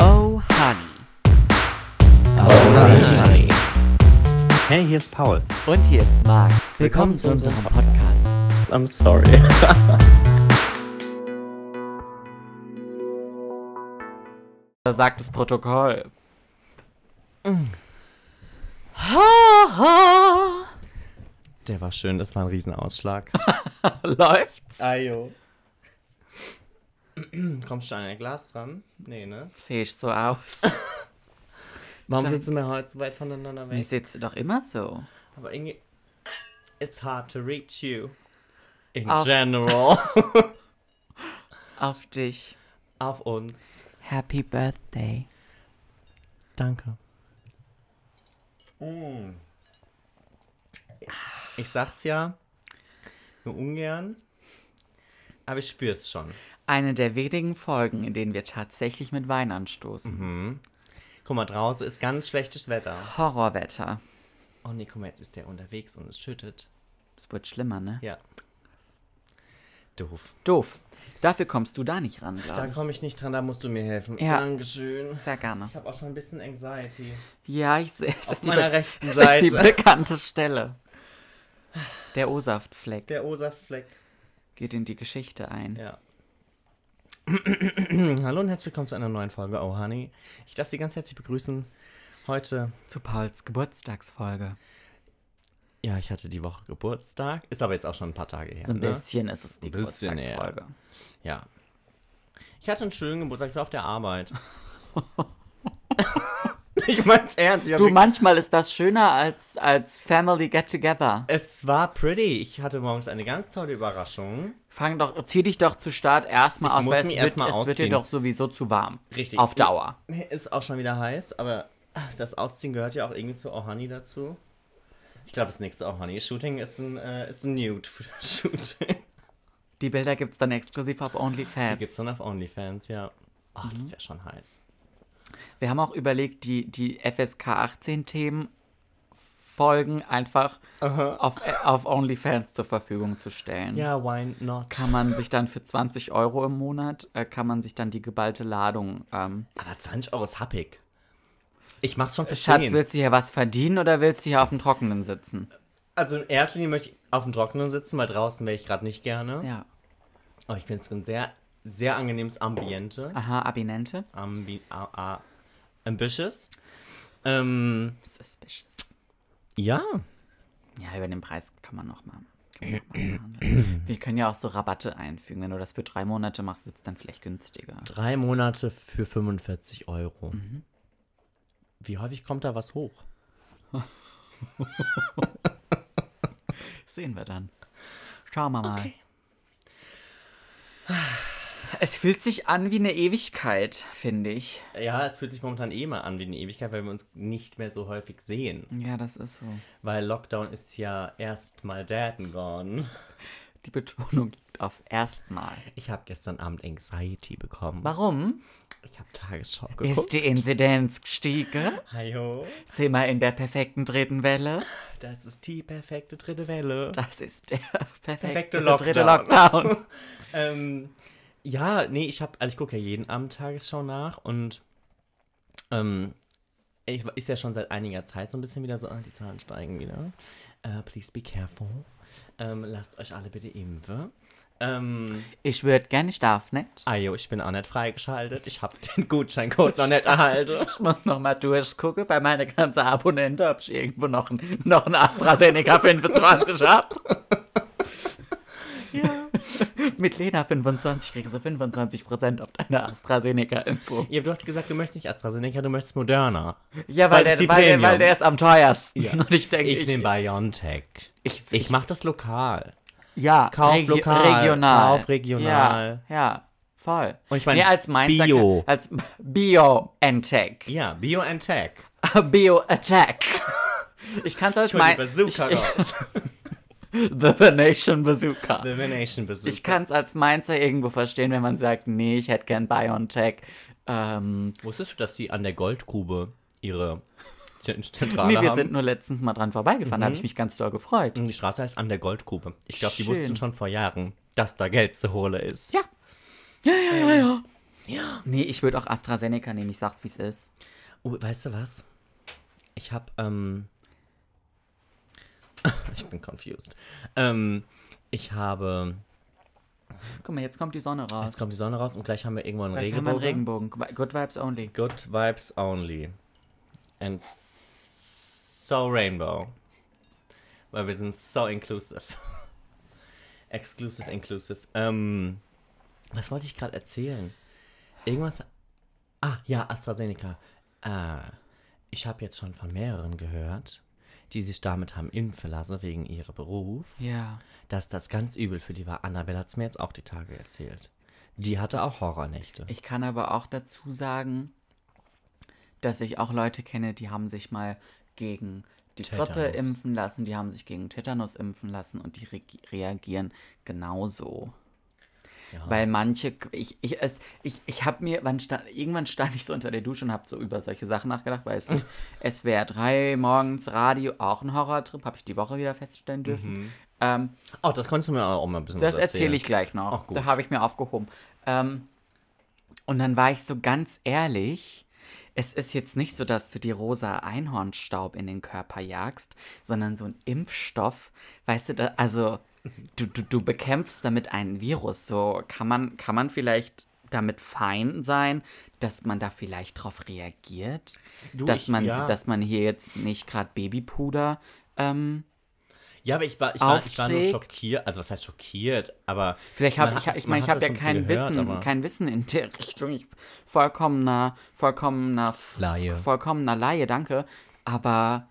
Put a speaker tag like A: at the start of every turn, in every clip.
A: Oh, Honey. Oh,
B: Alright.
C: Hey, hier ist Paul.
A: Und hier ist Marc. Willkommen zu unserem Podcast.
C: I'm sorry.
A: Da sagt das Protokoll. Mm. Ha, ha.
B: Der war schön, das war ein Riesenausschlag.
A: Läuft's?
B: Ayo. Kommst du an ein Glas dran? Nee, ne?
A: Sehe ich so aus.
B: Warum
A: Dann-
B: sitzen wir heute so weit voneinander
A: Ich
B: weg?
A: sitze doch immer so.
B: Aber irgendwie. It's hard to reach you. In
A: Auf-
B: general.
A: Auf dich.
B: Auf uns.
A: Happy Birthday.
B: Danke. Mm. Ich sag's ja nur ungern, aber ich spür's schon.
A: Eine der wenigen Folgen, in denen wir tatsächlich mit Wein anstoßen.
B: Guck mal, draußen ist ganz schlechtes Wetter.
A: Horrorwetter.
B: Oh nee, guck mal, jetzt ist der unterwegs und es schüttet.
A: Das wird schlimmer, ne?
B: Ja. Doof.
A: Doof. Dafür kommst du da nicht ran,
B: Da
A: glaube ich.
B: komme ich nicht dran, da musst du mir helfen.
A: Ja.
B: Dankeschön.
A: Sehr gerne.
B: Ich habe auch schon ein bisschen Anxiety.
A: Ja, ich sehe es.
B: Auf
A: ist die
B: meiner
A: be-
B: rechten
A: es ist die
B: Seite.
A: bekannte Stelle. Der O-Saft-Fleck
B: Der Osa-Fleck.
A: geht in die Geschichte ein.
B: Ja. Hallo und herzlich willkommen zu einer neuen Folge Oh Honey. Ich darf Sie ganz herzlich begrüßen. Heute,
A: Zu Pauls Geburtstagsfolge.
B: ja, ich hatte die Woche Geburtstag. Ist aber jetzt auch schon ein paar Tage her.
A: So ein
B: ne?
A: bisschen ist es die
B: Ein bisschen, ja.
A: Geburtstagsfolge.
B: Ja. Ich hatte einen schönen Geburtstag, ich war auf der Arbeit. ich mein's ernst. Ich hab
A: Du,
B: wirklich-
A: manchmal ist das schöner als, als Family Get Together.
B: es war pretty. Ich hatte morgens eine ganz tolle Überraschung.
A: Fang doch, zieh dich doch zu Start erstmal aus,
B: muss
A: weil es
B: mich
A: wird,
B: erstmal
A: es wird dir
B: ausziehen.
A: doch sowieso zu warm.
B: Richtig.
A: Auf Dauer.
B: Ist auch schon wieder heiß, aber das Ausziehen gehört ja auch irgendwie zu Oh Honey dazu. Ich glaube, das nächste Oh Honey Shooting ist ein, äh, ist ein Nude Shooting.
A: Die Bilder gibt's dann exklusiv auf OnlyFans.
B: Gibt's dann auf OnlyFans, ja. Ach, das wäre schon heiß.
A: Wir haben auch überlegt, die, die FSK 18 Themen Folgen einfach auf, auf OnlyFans zur Verfügung zu stellen.
B: Ja, why not?
A: Kann man sich dann für 20 Euro im Monat, äh, kann man sich dann die geballte Ladung. Ähm,
B: Aber 20 Euro ist happig. Ich mach's schon für
A: Schatz,
B: 10.
A: willst du hier was verdienen oder willst du hier auf dem Trockenen sitzen?
B: Also in erster Linie möchte ich auf dem Trockenen sitzen, weil draußen wäre ich gerade nicht gerne.
A: Ja.
B: Aber ich finde es ein sehr, sehr angenehmes Ambiente.
A: Aha, Abinente.
B: Ambi a a ambitious. Ähm,
A: Suspicious.
B: ja.
A: Ja, über den Preis kann man nochmal. Wir können ja auch so Rabatte einfügen. Wenn du das für drei Monate machst, wird es dann vielleicht günstiger.
B: Drei Monate für 45 Euro. Wie häufig kommt da was hoch?
A: Das sehen wir dann. Schauen wir mal. Es fühlt sich an wie eine Ewigkeit, finde ich.
B: Ja, es fühlt sich momentan eh mal an wie eine Ewigkeit, weil wir uns nicht mehr so häufig sehen.
A: Ja, das ist so.
B: Weil Lockdown ist ja erstmal dead and gone.
A: Die Betonung liegt auf erstmal.
B: Ich habe gestern Abend Anxiety bekommen.
A: Warum?
B: Ich habe Tagesschau
A: Ist
B: geguckt.
A: die Inzidenz gestiegen?
B: Hallo,
A: Sind wir in der perfekten dritten Welle?
B: das ist die perfekte dritte Welle.
A: Das ist der perfekte,
B: Perfekte
A: dritte Lockdown.
B: Ähm, ja, nee, ich habe, also ich gucke ja jeden Abend Tagesschau nach und ähm, ich, ist ja schon seit einiger Zeit so ein bisschen wieder so, ah, die Zahlen steigen wieder. Äh, please be careful. Ähm, lasst euch alle bitte impfen. Ähm,
A: Ich würde gerne, ne? ich darf nicht.
B: ah jo, ich bin auch nicht freigeschaltet. Ich habe den Gutscheincode noch nicht erhalten.
A: Ich muss nochmal durchgucken bei meinen ganzen Abonnenten, ob ich irgendwo noch einen noch ein AstraZeneca 25 habe.
B: Ja.
A: Mit Lena 25 kriegst du 25% auf deine AstraZeneca-Info.
B: ja, aber du hast gesagt, du möchtest nicht AstraZeneca, du möchtest Moderna.
A: Ja,
B: weil der- weil der- weil der
A: ist am teuersten.
B: Ja.
A: Und ich denke,
B: Ich, nehme BioNTech.
A: ich,
B: Ich mache das lokal.
A: ja,
B: Kauf
A: regi-
B: lokal,
A: regional.
B: kauf regional.
A: Ja, ja voll.
B: Und ich meine,
A: nee, als Mainzer
B: Bio.
A: Ka- Als Bio-Antec.
B: Ja, BioNTech.
A: Bio-Attack. Ich kann es als
B: Ich hol die
A: mein...
B: Bazooka
A: ich-
B: raus.
A: The, the Nation Bazooka.
B: The Venation Bazooka.
A: ich kann es als Mainzer irgendwo verstehen, wenn man sagt, nee, ich hätte gern Biontech. Ähm,
B: Wusstest du, dass die an der Goldgrube ihre Z- Zentrale
A: nee, wir
B: haben?
A: sind nur letztens mal dran vorbeigefahren,
B: Mhm.
A: da habe ich mich ganz doll gefreut.
B: die Straße heißt an der Goldgrube. Ich glaube, die
A: Schön.
B: wussten schon vor Jahren, dass da Geld zu holen ist. Ähm.
A: Ja. Ja, ja, ja, ja. Nee, ich würde auch AstraZeneca nehmen. Ich sag's, wie es ist.
B: Oh, weißt du was? Ich hab, ähm. ich bin confused. Ähm, ich habe.
A: Guck mal, jetzt kommt die Sonne raus.
B: Jetzt kommt die Sonne raus und gleich haben wir irgendwo einen
A: Gleich haben wir einen
B: Regenbogen.
A: Regenbogen. Good vibes only.
B: Good vibes only. And so rainbow. Weil wir sind so inclusive. Exclusive, inclusive. Ähm, was wollte ich gerade erzählen? Irgendwas. Ah, ja, AstraZeneca. Ah, ich habe jetzt schon von mehreren gehört, die sich damit haben impfen lassen wegen ihrem Beruf
A: Ja.
B: dass das ganz übel für die war. Annabelle hat es mir jetzt auch die Tage erzählt. Die hatte auch Horrornächte.
A: Ich kann aber auch dazu sagen, dass ich auch Leute kenne, die haben sich mal gegen die Grippe
B: Tetanus.
A: impfen lassen, die haben sich gegen Tetanus impfen lassen und die re reagieren genauso.
B: Ah.
A: Weil manche, ich, ich, es, ich, ich habe mir, wann stand, irgendwann stand ich so unter der Dusche und habe so über solche Sachen nachgedacht, weil es lief SWR 3 morgens, Radio, auch ein Horrortrip, habe ich die Woche wieder feststellen dürfen. Ähm,
B: Oh, das konntest du mir auch mal ein bisschen
A: das
B: was
A: erzähle
B: erzählen.
A: ich gleich noch.
B: Ach, gut.
A: Da habe ich mir aufgehoben. Ähm, und dann war ich so ganz ehrlich. Es ist jetzt nicht so, dass du die rosa Einhornstaub in den Körper jagst, sondern so ein Impfstoff. Weißt du, da, also du, du, du bekämpfst damit einen Virus. So kann man, kann man vielleicht damit fein sein, dass man da vielleicht drauf reagiert.
B: Du,
A: dass,
B: ich-
A: man,
B: ja.
A: dass man hier jetzt nicht gerade Babypuder ähm,
B: Ja, aber ich war, ich war, ich war nur
A: Aufträgt.
B: schockiert. Also, was heißt schockiert? Aber.
A: Vielleicht
B: man
A: habe ich,
B: hat-
A: ich
B: man
A: meine, ich
B: hat
A: habe
B: das
A: ja
B: sonst nie
A: kein
B: gehört,
A: Wissen,
B: aber-
A: kein Wissen in der Richtung. Ich vollkommener, vollkommener
B: Laie.
A: vollkommener Laie, danke. Aber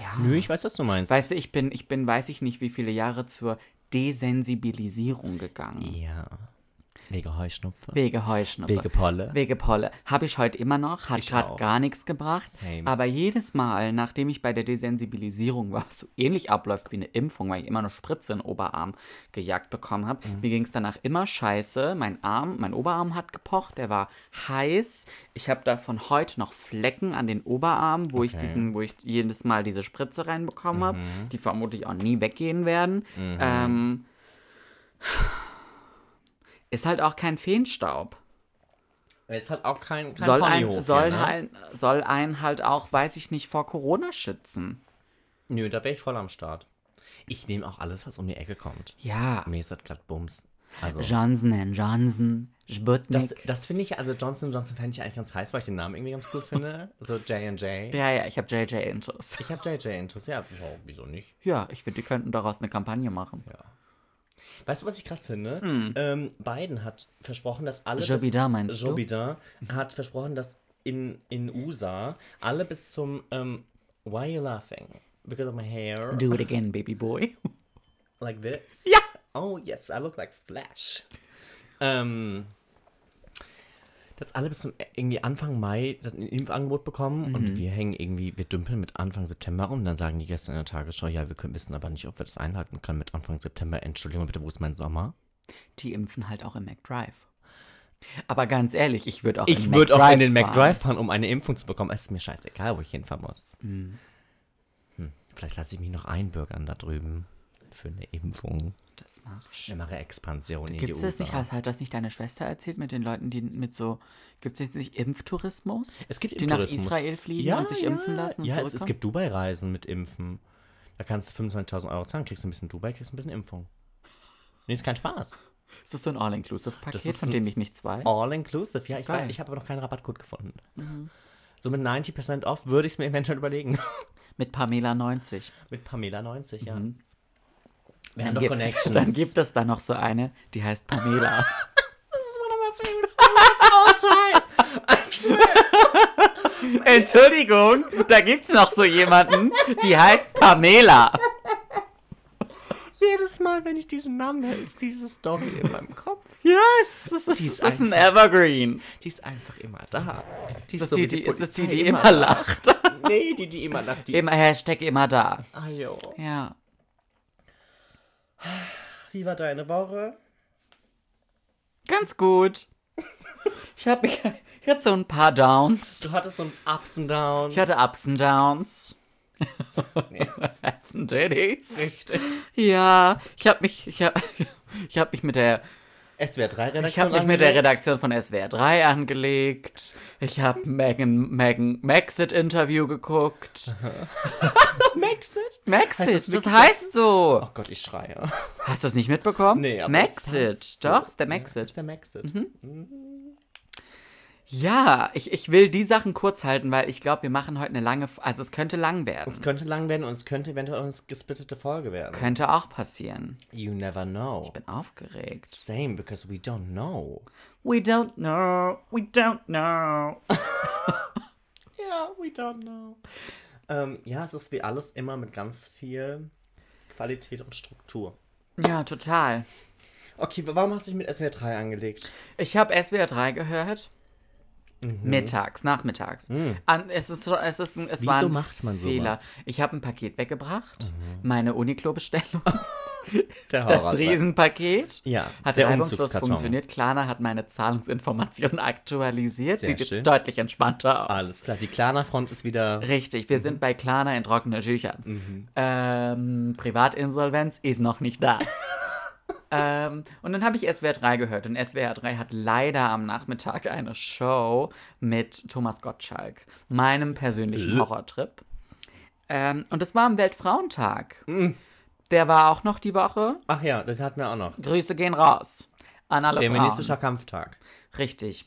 A: ja,
B: Nö, ich weiß, was du meinst.
A: weißt du, ich bin, ich bin, weiß ich nicht, wie viele Jahre zur Desensibilisierung gegangen.
B: ja. Wege Heuschnupfen.
A: Wege Heuschnupfen.
B: Wege Polle.
A: Wegepolle. Habe ich heute immer noch, hat
B: Ich
A: gerade
B: auch.
A: gar nichts gebracht.
B: Same.
A: Aber jedes Mal, nachdem ich bei der Desensibilisierung war, was so ähnlich abläuft wie eine Impfung, weil ich immer eine Spritze in den Oberarm gejagt bekommen habe,
B: Mhm.
A: mir ging es danach immer scheiße. Mein Arm, mein Oberarm hat gepocht, der war heiß. Ich habe davon heute noch Flecken an den Oberarm, wo ich
B: Okay. Mhm.
A: diesen, wo ich jedes Mal diese Spritze reinbekommen habe, die vermutlich auch nie weggehen werden. Ähm, ist halt auch kein Feenstaub
B: Es hat auch kein, kein
A: soll
B: Ponyhof
A: ein, soll, halt-
B: hier, ne?
A: ein, soll einen halt auch, weiß ich nicht, vor Corona schützen.
B: Nö, da wäre ich voll am Start. Ich nehme auch alles, was um die Ecke kommt.
A: Ja.
B: Mir ist das gerade Bums. Also.
A: Johnson and Johnson, Sputnik.
B: Das, das finde ich, also Johnson Johnson fände ich eigentlich ganz heiß, weil ich den Namen irgendwie ganz cool finde. So J&J.
A: ja, ja, ich habe JJ Inches.
B: Ich habe JJ interessiert. Ja, warum- wieso nicht?
A: Ja, ich finde, die könnten daraus eine Kampagne machen.
B: Weißt du, was ich krass finde? Ähm, Biden hat versprochen, dass alle.
A: Joe
B: bis-
A: Biden meinst du?
B: Joe Biden hat versprochen, dass in, in USA alle bis zum. Ähm, why are you laughing? Because of my hair.
A: Do it again, baby boy.
B: Like this?
A: Ja.
B: Oh yes, I look like Flash. Ähm, dass alle bis zum äh, irgendwie Anfang Mai das Impfangebot bekommen
A: Mhm.
B: und wir hängen irgendwie, wir dümpeln mit Anfang September rum. Dann sagen die gestern in der Tagesschau, ja, wir können, wissen aber nicht, ob wir das einhalten können mit Anfang September. Entschuldigung bitte, wo ist mein Sommer?
A: Die impfen halt auch im McDrive. Aber ganz ehrlich, ich würde auch
B: Ich
A: in
B: würde auch in den
A: fahren.
B: McDrive fahren, um eine Impfung zu bekommen. Es ist mir scheißegal, wo ich hinfahren muss. Hm, vielleicht lasse ich mich noch einbürgern da drüben für eine Impfung.
A: Das machst du.
B: Schlimmere Expansion in
A: Gibt's
B: die USA.
A: das nicht? Hat das nicht deine Schwester erzählt mit den Leuten, die mit so. Gibt es nicht Impftourismus?
B: Es gibt
A: die
B: im
A: nach
B: Tourismus-
A: Israel fliegen und sich impfen lassen und
B: Ja, es, es
A: zurückkommen?
B: gibt Dubai-Reisen mit Impfen. Da kannst du 25.000 Euro zahlen, kriegst ein bisschen Dubai, kriegst ein bisschen Impfung. Nee, ist kein Spaß.
A: Ist das so ein
B: Das
A: All-Inclusive-Paket,
B: ist
A: von
B: ein
A: dem ich nichts weiß?
B: All-inclusive, ja. Ich,
A: Geil. Mhm.
B: weiß- ich habe aber noch keinen Rabattcode gefunden. So mit 90% off würde ich es mir eventuell überlegen.
A: Mit Pamela 90.
B: mit Pamela 90, ja. Wir haben
A: Dann
B: noch
A: gibt,
B: Connections.
A: dann gibt es da noch so eine, die heißt Pamela.
B: es one of my favorite stories of all time. I swear.
A: Entschuldigung, da gibt es noch so jemanden, die heißt Pamela.
B: Jedes Mal, wenn ich diesen Namen höre, ist diese Story in meinem Kopf.
A: Ja, es ist, es
B: ist
A: ist, ein Evergreen.
B: Die ist einfach immer da.
A: Ist
B: ist
A: das
B: so wie
A: die, die, ist das die,
B: Polizei
A: die immer lacht?
B: Nee, die, die immer nach die.
A: Immer Hashtag immer da.
B: Ah, jo.
A: Ja.
B: Wie war deine Woche?
A: Ganz gut. Ich, hab, ich, ich hatte so ein paar Downs.
B: Du hattest so ein Ups und Downs.
A: Ich hatte Ups und Downs.
B: Nee.
A: Hats and Titties.
B: Richtig.
A: Ja, ich habe mich, ich hab, ich hab mich mit der
B: SWR 3 Redaktion.
A: Ich habe mich mit der
B: angelegt.
A: Redaktion von SWR 3 angelegt. Ich habe Megan, Megan, Maxit Interview geguckt.
B: Maxit?
A: Maxit,
B: das
A: das,
B: wirklich-
A: heißt so.
B: Oh Gott, ich schreie.
A: Hast du es nicht mitbekommen?
B: es passt
A: Maxit,
B: so.
A: doch, ist der Mhm.
B: Ja, ist
A: Maxit.
B: der Maxit.
A: Ja, ich, ich will die Sachen kurz halten, weil ich glaube, wir machen heute eine lange, F- also es könnte lang werden.
B: Es könnte lang werden und es könnte eventuell auch eine gesplittete Folge werden.
A: Könnte auch passieren.
B: You never know.
A: Bin aufgeregt.
B: Same, because we don't know.
A: We don't know, we don't know.
B: Ja, we don't know. Ähm, ja, es ist wie alles immer mit ganz viel Qualität und Struktur.
A: Ja, total.
B: Okay, wa- warum hast du dich mit SWR 3 angelegt?
A: Ich habe SWR 3 gehört.
B: Mhm.
A: Mittags, nachmittags. An, es ist, so- es ist ein, es
B: Wieso
A: war ein
B: macht man
A: Fehler.
B: sowas? Mhm.
A: Ich habe ein Paket weggebracht. Meine Uniqlo-Bestellung.
B: Der
A: Das Riesenpaket.
B: Ja,
A: Hat
B: der
A: reibungslos
B: Umzugskarton.
A: funktioniert. Klarna hat meine Zahlungsinformationen aktualisiert.
B: Sehr
A: Sieht
B: schön.
A: jetzt deutlich entspannter aus.
B: Alles klar, die Klarna-Front ist wieder...
A: Richtig, wir sind bei Klarna in trockenen Tüchern. Ähm, Privatinsolvenz ist noch nicht da. ähm, und dann habe ich SWR 3 gehört und SWR 3 hat leider am Nachmittag eine Show mit Thomas Gottschalk, meinem persönlichen Horrortrip. Ähm, und das war am Weltfrauentag. Der war auch noch die Woche.
B: Ach ja, das hatten wir auch noch.
A: Grüße gehen raus an alle Frauen.
B: Feministischer Kampftag.
A: Richtig.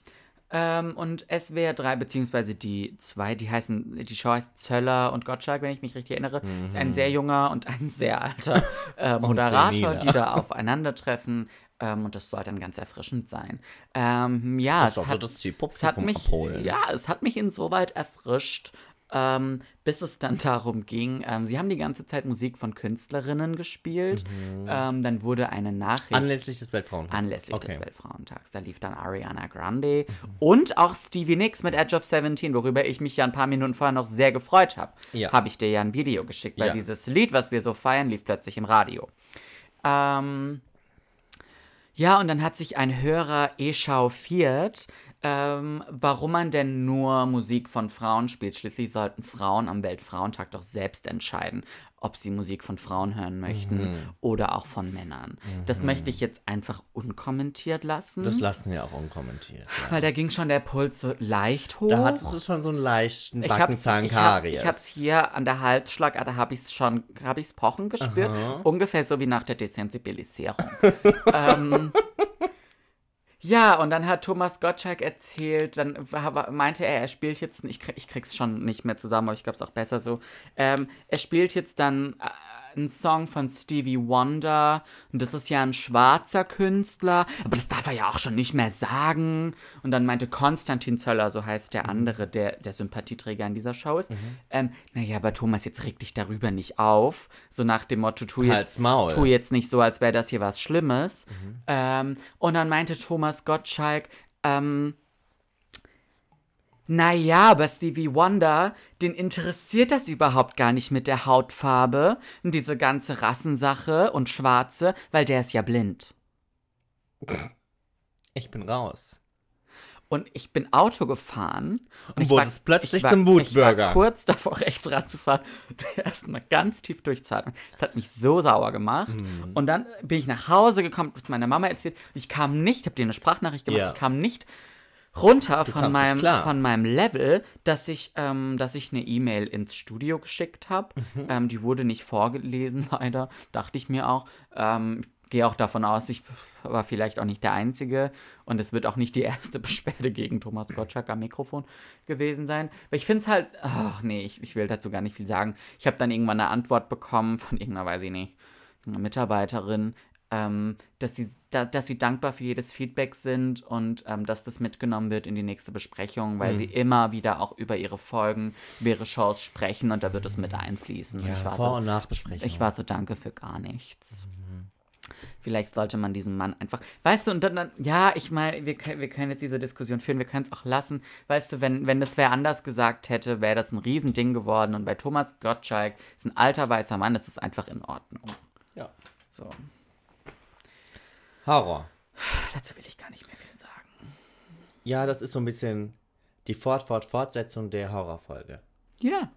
A: Ähm, und SWR 3, beziehungsweise die zwei, die heißen, die Show heißt Zöller und Gottschalk, wenn ich mich richtig erinnere, ist
B: Mhm.
A: ein sehr junger und ein sehr alter äh, Moderator,
B: seniler.
A: die da aufeinandertreffen. Ähm, und das soll dann ganz erfrischend sein. Ähm, ja,
B: Das
A: es
B: sollte
A: hat,
B: das
A: es hat
B: Zielpublikum
A: mich,
B: abholen.
A: ja, es hat mich insoweit erfrischt, ähm, bis es dann darum ging, ähm, sie haben die ganze Zeit Musik von Künstlerinnen gespielt. Ähm, dann wurde eine Nachricht.
B: Mhm. Anlässlich des Weltfrauentags.
A: Anlässlich des
B: Okay.
A: Weltfrauentags. Da lief dann Ariana Grande und auch Stevie Nicks mit Edge of 17, worüber ich mich ja ein paar Minuten vorher noch sehr gefreut habe.
B: Ja.
A: Habe ich dir ja ein Video geschickt, weil
B: Ja.
A: dieses Lied, was wir so feiern, lief plötzlich im Radio. Ähm, ja, und dann hat sich ein Hörer echauffiert, ähm, warum man denn nur Musik von Frauen spielt. Schließlich sollten Frauen am Weltfrauentag doch selbst entscheiden, ob sie Musik von Frauen hören möchten
B: Mhm.
A: oder auch von Männern. Das möchte ich jetzt einfach unkommentiert lassen,
B: Das lassen wir auch unkommentiert. Ja.
A: weil da ging schon der Puls so leicht hoch.
B: Da hat es schon so einen leichten
A: Ich hab's, ich, hab's,
B: Backenzahnkaries.
A: ich hab's hier an der Halsschlagader habe ich's schon, habe ich's pochen gespürt, ungefähr so wie nach der Desensibilisierung. ähm, ja, und dann hat Thomas Gottschalk erzählt, dann war- war- meinte er, er spielt jetzt, ich, krieg, ich krieg's schon nicht mehr zusammen, aber ich glaube es auch besser so. Ähm, er spielt jetzt dann äh, einen Song von Stevie Wonder und das ist ja ein schwarzer Künstler, aber das darf er ja auch schon nicht mehr sagen. Und dann meinte Konstantin Zöller, so heißt der andere, der der Sympathieträger in dieser Show ist, ähm, naja, aber Thomas, jetzt reg dich darüber nicht auf, so nach dem Motto, tu
B: Halt's
A: jetzt,
B: Maul.
A: tu jetzt nicht so, als wäre das hier was Schlimmes. Ähm, und dann meinte Thomas Gottschalk, ähm, naja, aber Stevie Wonder, den interessiert das überhaupt gar nicht mit der Hautfarbe und diese ganze Rassensache und Schwarze, weil der ist ja blind.
B: Ich bin raus.
A: Und ich bin Auto gefahren.
B: Und
A: ich
B: wurdest plötzlich zum
A: Ich
B: Wutbürger.
A: war kurz davor, rechts ranzufahren. Erstmal ganz tief durchzahlen. Das hat mich so sauer gemacht.
B: Mhm.
A: Und dann bin ich nach Hause gekommen, hab's meiner Mama erzählt. Ich kam nicht, ich habe dir eine Sprachnachricht gemacht,
B: Ja.
A: ich kam nicht runter von
B: kamst nicht
A: meinem,
B: klar.
A: von meinem Level, dass ich, ähm, dass ich eine E-Mail ins Studio geschickt habe. Ähm, die wurde nicht vorgelesen, leider, dachte ich mir auch. Ähm, ich gehe auch davon aus, ich war vielleicht auch nicht der Einzige und es wird auch nicht die erste Beschwerde gegen Thomas Gottschalk am Mikrofon gewesen sein. Aber ich finde es halt, ach nee, ich, ich will dazu gar nicht viel sagen. Ich habe dann irgendwann eine Antwort bekommen von irgendeiner, weiß ich nicht, einer Mitarbeiterin, ähm, dass, sie, da, dass sie dankbar für jedes Feedback sind und ähm, dass das mitgenommen wird in die nächste Besprechung, weil sie
B: Mhm.
A: immer wieder auch über ihre Folgen, über ihre Shows sprechen und da wird es mit einfließen. und ich war
B: Vor-
A: so,
B: und Mhm. Nachbesprechung.
A: ich war so danke für gar nichts. Vielleicht sollte man diesem Mann einfach, weißt du, und dann, dann ja, ich meine, wir, können- wir können jetzt diese Diskussion führen, wir können es auch lassen. Weißt du, wenn, wenn das wer anders gesagt hätte, wäre das ein Riesending geworden. Und bei Thomas Gottschalk ist ein alter weißer Mann, das ist einfach in Ordnung.
B: ja.
A: So,
B: Horror.
A: dazu will ich gar nicht mehr viel sagen.
B: Ja, das ist so ein bisschen die Fort, Fort, Fortsetzung der Horrorfolge.
A: Ja,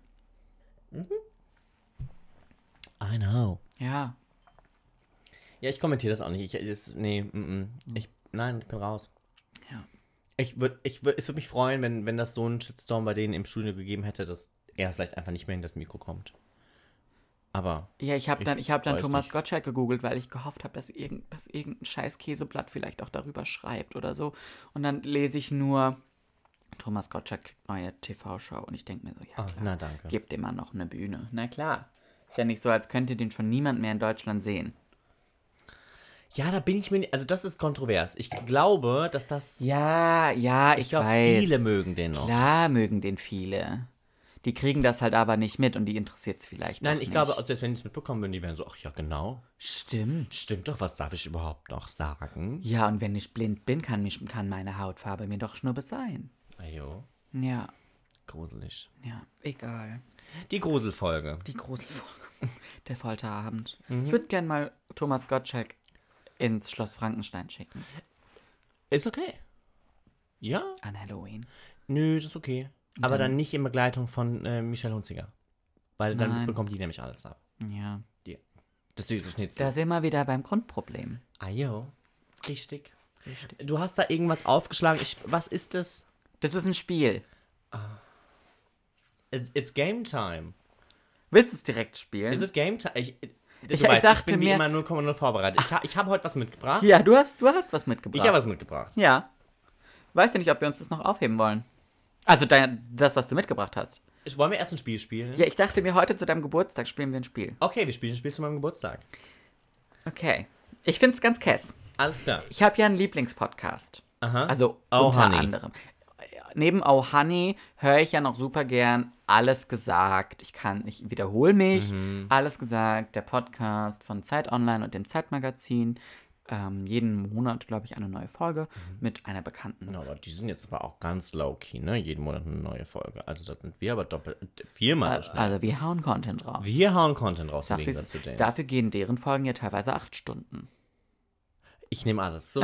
B: I know.
A: ja.
B: Ja, ich kommentiere das auch nicht. Ich, das, nee, mm, mm. ich Nein, ich bin raus.
A: Ja.
B: Ich würd, ich würd, es würde mich freuen, wenn, wenn das so einen Shitstorm bei denen im Studio gegeben hätte, dass er vielleicht einfach nicht mehr in das Mikro kommt. Aber
A: Ja, ich habe dann,
B: Ich
A: ich hab dann
B: weiß
A: Thomas
B: nicht.
A: Gottschalk gegoogelt, weil ich gehofft habe, dass, irgend, dass irgendein scheiß Käseblatt vielleicht auch darüber schreibt oder so. Und dann lese ich nur Thomas Gottschalk kriegt neue TV-Show und ich denke mir so, ja
B: ah,
A: klar,
B: na danke.
A: gebt dem Mann noch eine Bühne. Na klar. Ist ja nicht so, als könnte den schon niemand mehr in Deutschland sehen.
B: Ja, da bin ich mir nicht, also das ist kontrovers. Ich glaube, dass das
A: Ja, ja, ich,
B: ich glaube,
A: weiß.
B: viele mögen den noch.
A: Klar mögen den viele. Die kriegen das halt aber nicht mit und die interessiert es vielleicht
B: Nein,
A: auch
B: ich
A: nicht.
B: glaube, selbst wenn die es mitbekommen würden, die wären so, ach ja, genau.
A: Stimmt.
B: Stimmt doch, was darf ich überhaupt noch sagen?
A: Ja, und wenn ich blind bin, kann, mich, kann meine Hautfarbe mir doch schnurbe sein.
B: Ajo,
A: Ja,
B: gruselig.
A: ja, egal.
B: Die Gruselfolge.
A: Die Gruselfolge. Der Folterabend. Ich würde gern mal Thomas Gottschalk ins Schloss Frankenstein schicken.
B: Ist okay. Ja?
A: An Halloween.
B: Nö, das ist okay. Aber dann nicht in Begleitung von äh, Michelle Hunziger. Weil dann
A: Nein.
B: bekommt die nämlich alles ab.
A: Ja.
B: Das süße Schnitzel.
A: Da sind wir wieder beim Grundproblem.
B: Ajo. Richtig. Du hast da irgendwas aufgeschlagen. Ich, was ist das?
A: Das ist ein Spiel.
B: It- It's game time.
A: Willst du es direkt spielen?
B: Is it game time? Ich, du
A: Ich- ich
B: weißt, ich
A: dachte
B: bin wie
A: mir-
B: immer 0,0 vorbereitet. Ich, ha- ich habe heute was mitgebracht.
A: ja, du hast, du hast was mitgebracht.
B: Ich habe was mitgebracht.
A: Ja. Weiß ja nicht, ob wir uns das noch aufheben wollen. Also dein, das, was du mitgebracht hast.
B: Ich, wollen wir erst ein Spiel spielen?
A: Ja, ich dachte mir, heute zu deinem Geburtstag spielen wir ein Spiel.
B: Okay, wir spielen ein Spiel zu meinem Geburtstag.
A: Okay. Ich find's ganz kess.
B: Alles klar.
A: Ich habe ja einen Lieblingspodcast.
B: Aha.
A: Also
B: Oh,
A: unter
B: Honey.
A: anderem. Neben Oh Honey höre ich ja noch super gern Alles gesagt. Ich kann, ich wiederhole mich.
B: Mhm.
A: Alles gesagt, der Podcast von Zeit Online und dem Zeitmagazin. Ähm, jeden Monat, glaube ich, eine neue Folge
B: Mhm.
A: mit einer Bekannten.
B: Na, aber die sind jetzt aber auch ganz low-key, ne? Jeden Monat eine neue Folge. Also das sind wir aber doppelt, viermal so schnell.
A: Also wir hauen Content raus.
B: Wir hauen Content raus im
A: Darf
B: Gegensatz
A: ich,
B: zu denen.
A: dafür gehen deren Folgen ja teilweise acht Stunden.
B: Ich nehme alles so.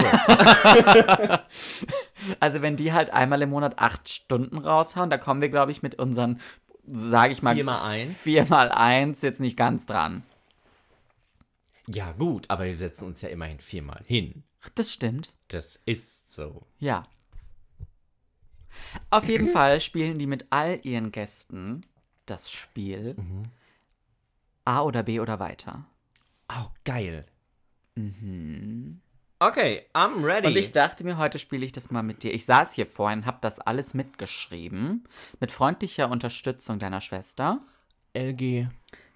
A: Also wenn die halt einmal im Monat acht Stunden raushauen, da kommen wir, glaube ich, mit unseren, sage ich mal,
B: Viermal eins.
A: viermal eins jetzt nicht ganz dran.
B: ja gut, aber wir setzen uns ja immerhin viermal hin.
A: Das stimmt.
B: Das ist so.
A: Ja. Auf jeden Fall spielen die mit all ihren Gästen das Spiel A oder B oder weiter.
B: Oh, geil. Okay, I'm ready.
A: Mhm. Und ich dachte mir, heute spiele ich das mal mit dir. Ich saß hier vorhin, habe das alles mitgeschrieben. Mit freundlicher Unterstützung deiner Schwester.
B: LG.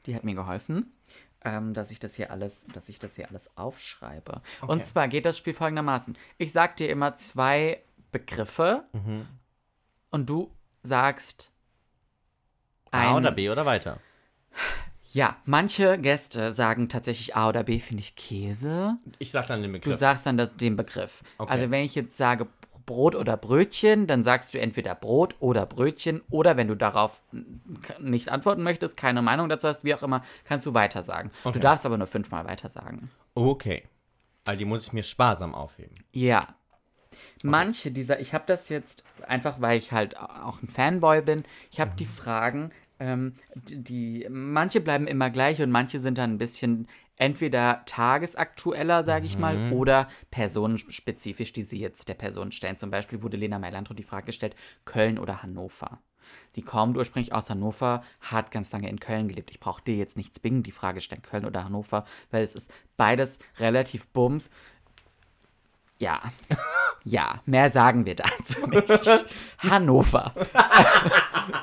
A: Die hat mir geholfen, ähm, dass ich das hier alles, dass ich das hier alles aufschreibe. Und zwar geht das Spiel folgendermaßen: Ich sag dir immer zwei Begriffe
B: Mhm.
A: und du sagst
B: A
A: ein-
B: oder B oder weiter?
A: Ja, manche Gäste sagen tatsächlich A oder B finde ich Käse.
B: Ich sag dann den Begriff.
A: Du sagst dann das, den Begriff.
B: Okay.
A: Also wenn ich jetzt sage Brot oder Brötchen, dann sagst du entweder Brot oder Brötchen oder wenn du darauf n- nicht antworten möchtest, keine Meinung dazu hast, wie auch immer, kannst du weiter sagen.
B: Okay.
A: Du darfst aber nur fünfmal weiter sagen.
B: okay. Also die muss ich mir sparsam aufheben.
A: Ja. Manche dieser, ich habe das jetzt einfach, weil ich halt auch ein Fanboy bin, ich habe die Fragen, ähm, die, die, manche bleiben immer gleich und manche sind dann ein bisschen entweder tagesaktueller, sage ich mal, oder personenspezifisch, die sie jetzt der Person stellen. Zum Beispiel wurde Lena Meilantro die Frage gestellt, Köln oder Hannover? Sie kommt ursprünglich aus Hannover, hat ganz lange in Köln gelebt. Ich brauche dir jetzt nicht zwingend die Frage stellen, Köln oder Hannover, weil es ist beides relativ bums. Ja. Ja, mehr sagen wir dazu nicht. Hannover.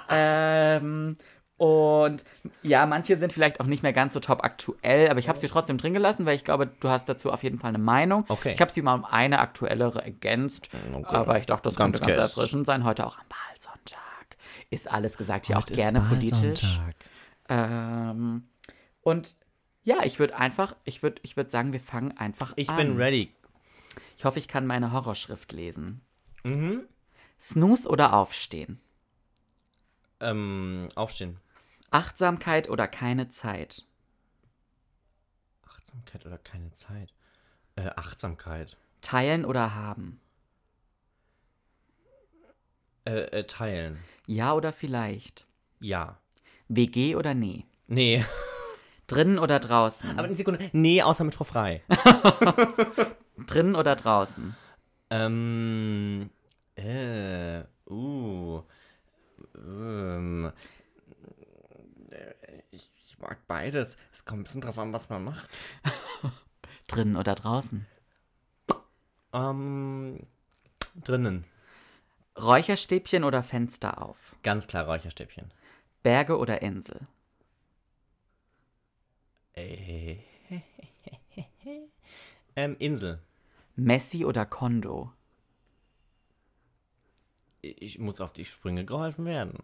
A: ähm, und ja, manche sind vielleicht auch nicht mehr ganz so top aktuell, aber ich habe sie trotzdem drin gelassen, weil ich glaube, du hast dazu auf jeden Fall eine Meinung.
B: Okay.
A: Ich habe sie mal um eine aktuellere ergänzt, aber ich dachte, das
B: Ganz
A: könnte ganz
B: guess.
A: erfrischend sein. Heute auch am Wahlsonntag. Ist alles gesagt, ja auch gerne politisch. Ähm, und ja, ich würde einfach, ich würde ich würd sagen, wir fangen einfach
B: Ich
A: an.
B: bin ready.
A: Ich hoffe, ich kann meine Horrorschrift lesen.
B: Mhm.
A: Snooze oder aufstehen?
B: Ähm, aufstehen.
A: Achtsamkeit oder keine Zeit?
B: Achtsamkeit oder keine Zeit? Äh, Achtsamkeit.
A: Teilen oder haben?
B: Äh, äh, teilen.
A: Ja oder vielleicht?
B: Ja.
A: WG oder nee?
B: Nee.
A: Drinnen oder draußen?
B: Aber eine Sekunde. Nee, außer mit Frau Frei.
A: Drinnen oder draußen?
B: Ähm, äh, uh, ähm, äh, ich, ich mag beides. Es kommt ein bisschen drauf an, was man macht.
A: Drinnen oder draußen?
B: Ähm, drinnen.
A: Räucherstäbchen oder Fenster auf?
B: Ganz klar Räucherstäbchen.
A: Berge oder Insel?
B: Ey. Äh, ähm, Insel.
A: Messi oder Kondo?
B: Ich muss auf die Sprünge geholfen werden.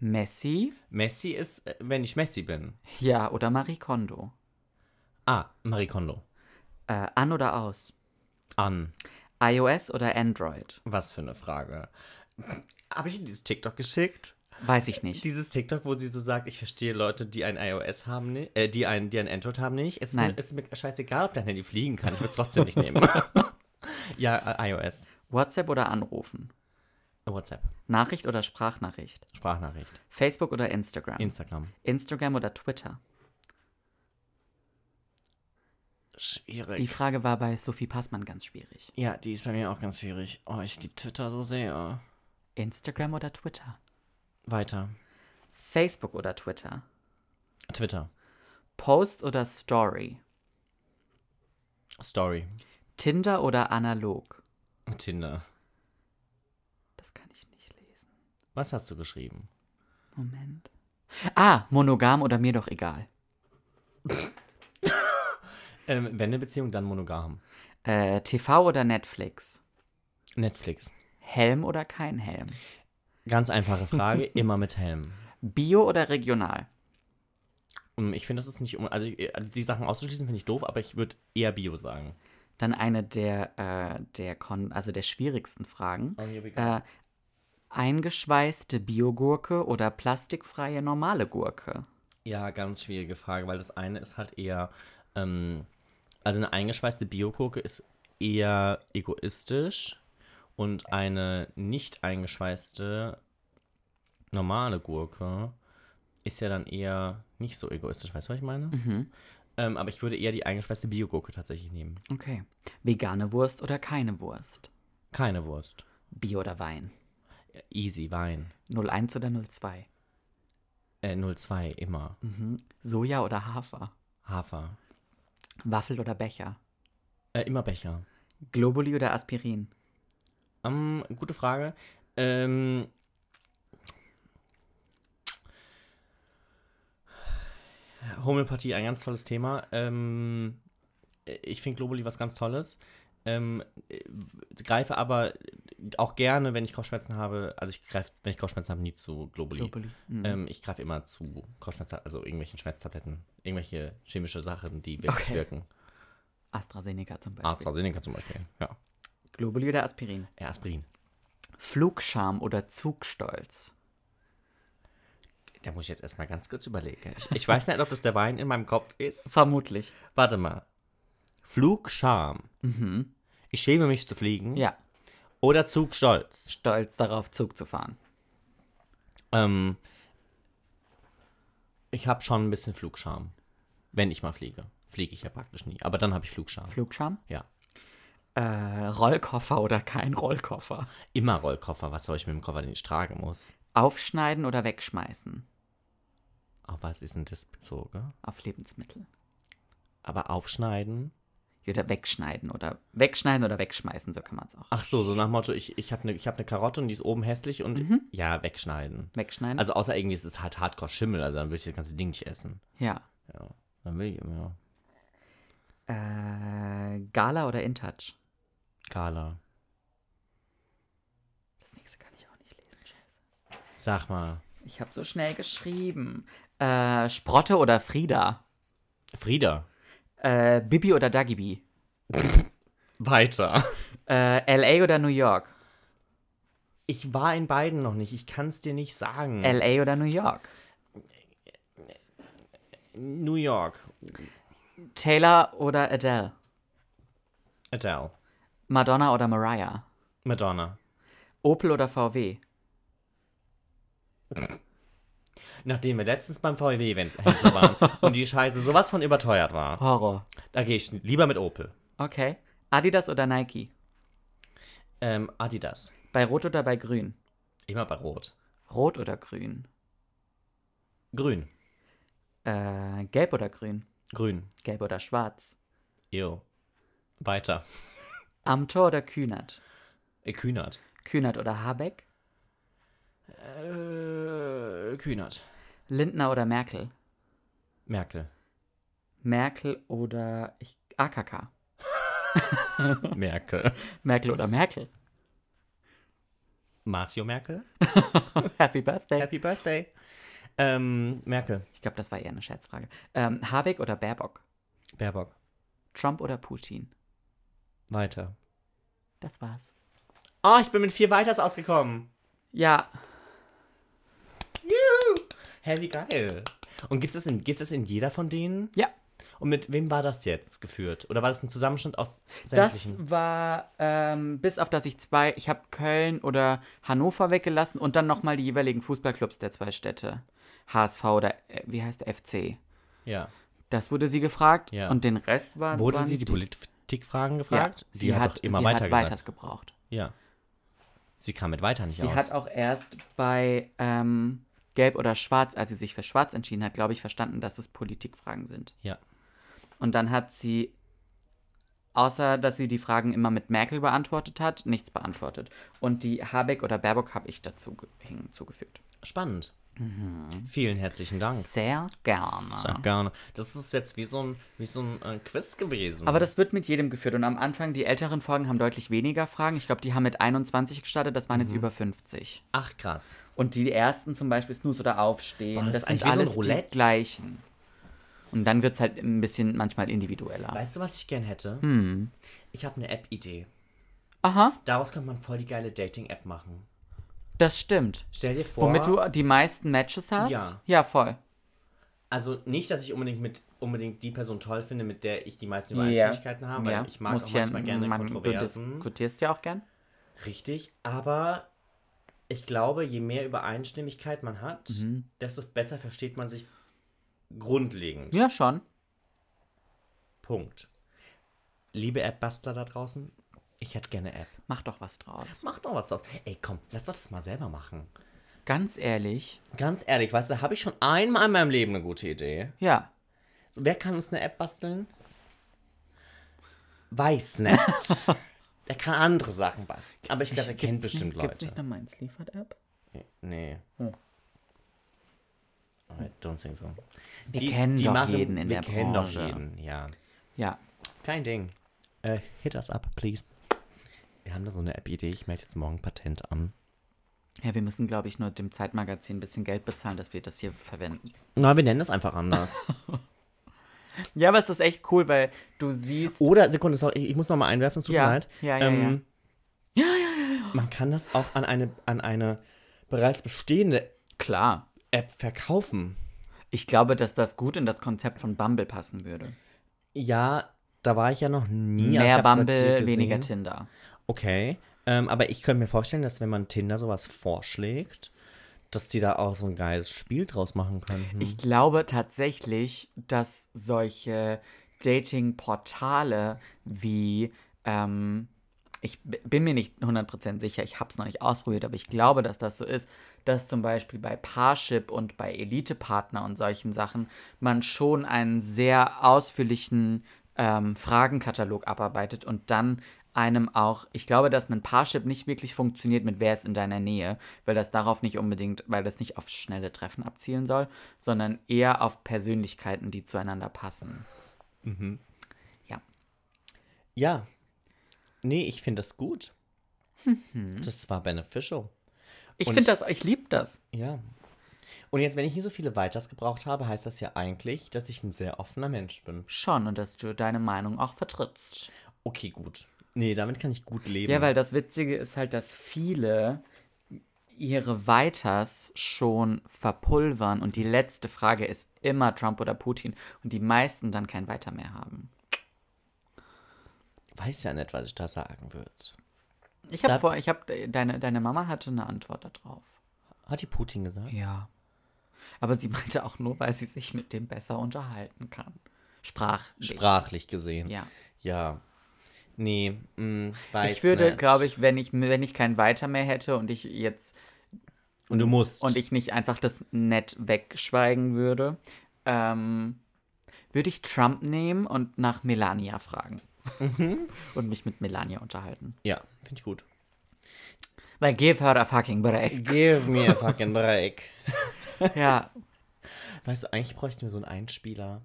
A: Messi?
B: Messi ist, äh, wenn ich Messi bin.
A: Ja, oder Marie Kondo?
B: Ah, Marie Kondo.
A: Äh, an oder aus?
B: An.
A: iOS oder Android?
B: Was für eine Frage. Habe ich Ihnen dieses TikTok geschickt?
A: Weiß ich nicht.
B: Dieses TikTok, wo sie so sagt, ich verstehe Leute, die ein iOS haben, ni- äh, die ein, die ein Android haben nicht. Es ist,
A: Nein.
B: Mir, es ist mir scheißegal, ob dein Handy fliegen kann. Ich würde es trotzdem nicht nehmen. ja, äh, iOS.
A: WhatsApp oder anrufen?
B: WhatsApp.
A: Nachricht oder Sprachnachricht?
B: Sprachnachricht.
A: Facebook oder Instagram?
B: Instagram.
A: Instagram oder Twitter?
B: Schwierig.
A: Die Frage war bei Sophie Passmann ganz schwierig.
B: ja, die ist bei mir auch ganz schwierig. Oh, ich liebe Twitter so sehr.
A: Instagram oder Twitter?
B: Weiter.
A: Facebook oder Twitter?
B: Twitter.
A: Post oder Story?
B: Story.
A: Tinder oder analog?
B: Tinder.
A: Das kann ich nicht lesen.
B: Was hast du geschrieben?
A: Moment. Ah, monogam oder mir doch egal.
B: Ähm, wenn eine Beziehung, dann monogam.
A: Äh, TV oder Netflix?
B: Netflix.
A: Helm oder kein Helm?
B: Ganz einfache Frage, immer mit Helm.
A: Bio oder regional?
B: Um, Ich finde, das ist nicht, um- also äh, die Sachen auszuschließen, finde ich doof, aber ich würde eher Bio sagen.
A: Dann eine der, äh, der, Kon also der schwierigsten Fragen. Äh, eingeschweißte Biogurke oder plastikfreie normale Gurke?
B: Ja, ganz schwierige Frage, weil das eine ist halt eher, ähm, also eine eingeschweißte Biokurke ist eher egoistisch und eine nicht eingeschweißte normale Gurke ist ja dann eher nicht so egoistisch, weißt du, was ich meine?
A: Mhm.
B: Ähm, aber ich würde eher die eingeschweißte Biogurke tatsächlich nehmen.
A: Okay. Vegane Wurst oder keine Wurst?
B: Keine Wurst.
A: Bio oder Wein?
B: Easy, Wein.
A: 01 oder 02?
B: Äh, 02, immer.
A: Soja oder Hafer?
B: Hafer.
A: Waffel oder Becher?
B: Äh, immer Becher.
A: Globuli oder Aspirin?
B: Ähm, gute Frage. Ähm, Homöopathie, ein ganz tolles Thema. Ähm, ich finde Globuli was ganz Tolles. Ähm, äh, greife aber auch gerne, wenn ich Kopfschmerzen habe, also ich greife, wenn ich Kopfschmerzen habe, nie zu Globuli.
A: Globuli. Mhm.
B: Ähm, ich greife immer zu Kopfschmerzen, also irgendwelchen Schmerztabletten, irgendwelche chemische Sachen, die wirklich
A: Okay.
B: wirken.
A: AstraZeneca zum Beispiel.
B: AstraZeneca zum Beispiel, ja.
A: Globuli oder Aspirin?
B: Äh, Aspirin.
A: Flugscham oder Zugstolz?
B: Da muss ich jetzt erstmal ganz kurz überlegen. Ich, ich weiß nicht, ob das der Wein in meinem Kopf ist.
A: Vermutlich.
B: Warte mal. Flugscham. Ich schäme mich zu fliegen.
A: Ja.
B: Oder Zugstolz.
A: Stolz darauf, Zug zu fahren.
B: Ähm, ich habe schon ein bisschen Flugscham. Wenn ich mal fliege. Fliege ich ja praktisch nie. Aber dann habe ich Flugscham.
A: Flugscham?
B: ja.
A: Äh, Rollkoffer oder kein Rollkoffer?
B: Immer Rollkoffer. Was soll ich mit dem Koffer, den ich tragen muss?
A: Aufschneiden oder wegschmeißen?
B: Auf was ist denn das bezogen?
A: Auf Lebensmittel.
B: Aber aufschneiden?
A: Oder wegschneiden oder wegschneiden oder wegschmeißen, so kann man es auch.
B: Ach so, so nach Motto, ich, ich habe eine hab ne Karotte und die ist oben hässlich und ja, wegschneiden.
A: Wegschneiden?
B: Also außer irgendwie ist es halt hardcore Schimmel, also dann würde ich das ganze Ding nicht essen.
A: ja.
B: Ja. Dann will ich immer
A: Äh, Gala oder InTouch?
B: Gala.
A: Das nächste kann ich auch nicht lesen, scheiße.
B: Sag mal.
A: Ich habe so schnell geschrieben. Äh, Sprotte oder Frieda?
B: Frieda.
A: Äh, Bibi oder Dagibi?
B: Weiter.
A: Äh, LA oder New York?
B: Ich war in beiden noch nicht. Ich kann es dir nicht sagen.
A: LA oder New York?
B: New York.
A: Taylor oder Adele?
B: Adele.
A: Madonna oder Mariah?
B: Madonna.
A: Opel oder VW?
B: Nachdem wir letztens beim VW-Event waren und die Scheiße sowas von überteuert war,
A: Horror.
B: da gehe ich lieber mit Opel.
A: Okay. Adidas oder Nike?
B: Ähm, Adidas.
A: Bei Rot oder bei Grün?
B: Immer bei Rot.
A: Rot oder Grün?
B: Grün.
A: Äh, gelb oder Grün?
B: Grün.
A: Gelb oder Schwarz?
B: Ew. Weiter.
A: Amthor oder Kühnert?
B: Äh, Kühnert.
A: Kühnert oder Habeck?
B: Äh, Kühnert.
A: Lindner oder Merkel?
B: Merkel.
A: Merkel oder ich, AKK?
B: Merkel.
A: Merkel oder Merkel?
B: Marcio Merkel.
A: Happy Birthday.
B: Happy Birthday. Ähm, Merkel.
A: Ich glaube, das war eher eine Scherzfrage. Ähm, Habeck oder Baerbock?
B: Baerbock.
A: Trump oder Putin?
B: Weiter.
A: Das war's.
B: Oh, ich bin mit vier Weiters ausgekommen.
A: Ja,
B: Juhu. Hä, wie geil. Und gibt es das in, gibt's das in jeder von denen?
A: ja.
B: Und mit wem war das jetzt geführt? Oder war das ein Zusammenschnitt aus
A: Das
B: sämtlichen?
A: war, ähm, bis auf dass ich zwei, ich habe Köln oder Hannover weggelassen und dann nochmal die jeweiligen Fußballclubs der zwei Städte. HSV oder, äh, wie heißt der, FC.
B: ja.
A: Das wurde sie gefragt
B: Ja.
A: und den Rest war.
B: Wurde
A: waren
B: sie die Politikfragen
A: ja,
B: gefragt?
A: sie
B: die hat, doch immer
A: sie
B: weiter
A: hat
B: gesagt.
A: weiters gebraucht.
B: Ja. Sie kam mit weiter nicht
A: Sie
B: aus.
A: hat auch erst bei ähm, Gelb oder Schwarz, als sie sich für Schwarz entschieden hat, glaube ich, verstanden, dass es Politikfragen sind.
B: ja.
A: Und dann hat sie, außer dass sie die Fragen immer mit Merkel beantwortet hat, nichts beantwortet. Und die Habeck oder Baerbock habe ich dazu ge- hinzugefügt.
B: Spannend. Vielen herzlichen Dank.
A: Sehr Mhm. gerne.
B: Sehr gerne. Das ist jetzt wie so ein, wie so ein äh, Quiz gewesen.
A: Aber das wird mit jedem geführt. Und am Anfang, die älteren Folgen haben deutlich weniger Fragen. Ich glaube, die haben mit 21 gestartet, das waren jetzt
B: Mhm.
A: über 50.
B: Ach krass.
A: Und die ersten zum Beispiel Snooze oder Aufstehen,
B: Boah, Oh, das
A: das,
B: ist
A: sind
B: eigentlich wie so ein
A: alles
B: Roulette.
A: die gleichen. Und dann wird es halt ein bisschen manchmal individueller.
B: Weißt du, was ich gern hätte? Ich habe eine App-Idee.
A: Hm. Aha,
B: Daraus könnte man voll die geile Dating-App machen.
A: das stimmt.
B: Stell dir vor,
A: Womit du die meisten Matches hast?
B: Ja.
A: Ja, voll.
B: also nicht, dass ich unbedingt mit unbedingt die Person toll finde, mit der ich die meisten
A: Ja.
B: Übereinstimmigkeiten habe, weil ich mag
A: muss
B: auch
A: ja-
B: manchmal gerne Hm?
A: man- Du
B: Kontroversen.
A: diskutierst ja auch gern.
B: Richtig, aber ich glaube, je mehr Übereinstimmigkeit man hat,
A: Mhm.
B: desto besser versteht man sich grundlegend.
A: Ja, schon.
B: Punkt. Liebe App-Bastler da draußen, ich hätte gerne App.
A: Mach doch was draus.
B: Mach doch was draus. Ey, komm, lass doch das mal selber machen.
A: Ganz ehrlich,
B: Ganz ehrlich, weißt du, da habe ich schon einmal in meinem Leben eine gute Idee.
A: ja.
B: Wer kann uns eine App basteln? Weiß nicht. der kann andere Sachen basteln. Aber ich glaube, er kennt
A: Gibt's
B: bestimmt
A: nicht, Gibt's
B: Leute.
A: nicht eine Mainz liefert App?
B: Nee.
A: Hm.
B: I don't think so.
A: Wir kennen doch jeden in
B: wir
A: der
B: kennen
A: Branche.
B: doch jeden, ja.
A: Ja.
B: Kein Ding. Äh, hit us up, please. Wir haben da so eine App-Idee. Ich melde jetzt morgen Patent an.
A: Ja, wir müssen, glaube ich, nur dem Zeitmagazin ein bisschen Geld bezahlen, dass wir das hier verwenden.
B: Na, wir nennen das einfach anders.
A: Ja, aber es ist echt cool, weil du siehst.
B: Oder, Sekunde, sorry, ich muss noch mal einwerfen, es tut
A: Ja,
B: mir leid.
A: ja, ja,
B: ja, ja. Man kann das auch an eine, an eine bereits bestehende
A: Klar.
B: App verkaufen.
A: Ich glaube, dass das gut in das Konzept von Bumble passen würde.
B: Ja, da war ich ja noch nie. aber ich
A: Mehr
B: hab's bei dir
A: Bumble,
B: gesehen.
A: weniger Tinder.
B: Okay, ähm, aber ich könnte mir vorstellen, dass wenn man Tinder sowas vorschlägt, dass die da auch so ein geiles Spiel draus machen könnten.
A: Ich glaube tatsächlich, dass solche Dating-Portale wie, ähm, ich b- bin mir nicht 100% sicher, ich habe es noch nicht ausprobiert, aber ich glaube, dass das so ist, dass zum Beispiel bei Parship und bei Elite-Partner und solchen Sachen man schon einen sehr ausführlichen ähm, Fragenkatalog abarbeitet und dann einem auch, ich glaube, dass ein Parship nicht wirklich funktioniert mit wer ist in deiner Nähe, weil das darauf nicht unbedingt, weil das nicht auf schnelle Treffen abzielen soll, sondern eher auf Persönlichkeiten, die zueinander passen. Ja.
B: ja. Nee, ich finde das gut.
A: Mhm.
B: Das war beneficial.
A: Ich
B: Und
A: finde
B: ich-
A: das, ich liebe das.
B: Ja. Und jetzt, wenn ich nicht so viele Weiters gebraucht habe, heißt das ja eigentlich, dass ich ein sehr offener Mensch bin.
A: Schon und dass du deine Meinung auch vertrittst.
B: Okay, gut. Nee, damit kann ich gut leben.
A: Ja, weil das Witzige ist halt, dass viele ihre Weiters schon verpulvern und die letzte Frage ist immer Trump oder Putin und die meisten dann kein Weiter mehr haben.
B: weiß ja nicht, was ich da sagen würde.
A: Ich habe
B: Darf-
A: vor, ich habe deine deine Mama hatte eine Antwort darauf.
B: Hat die Putin gesagt?
A: Ja. Aber sie meinte auch nur, weil sie sich mit dem besser unterhalten kann. Sprach.
B: Sprachlich gesehen.
A: Ja.
B: Ja. Nee, mm, weiß
A: ich würde,
B: nicht.
A: glaube ich, wenn ich, wenn ich keinen Weiter mehr hätte und ich jetzt
B: Und du musst.
A: und ich nicht einfach das nett wegschweigen würde, ähm, würde ich Trump nehmen und nach Melania fragen.
B: Mhm.
A: und mich mit Melania unterhalten.
B: ja, finde ich gut.
A: Weil give her a fucking break.
B: Give me a fucking break.
A: ja.
B: Weißt du, eigentlich bräuchten wir so einen Einspieler,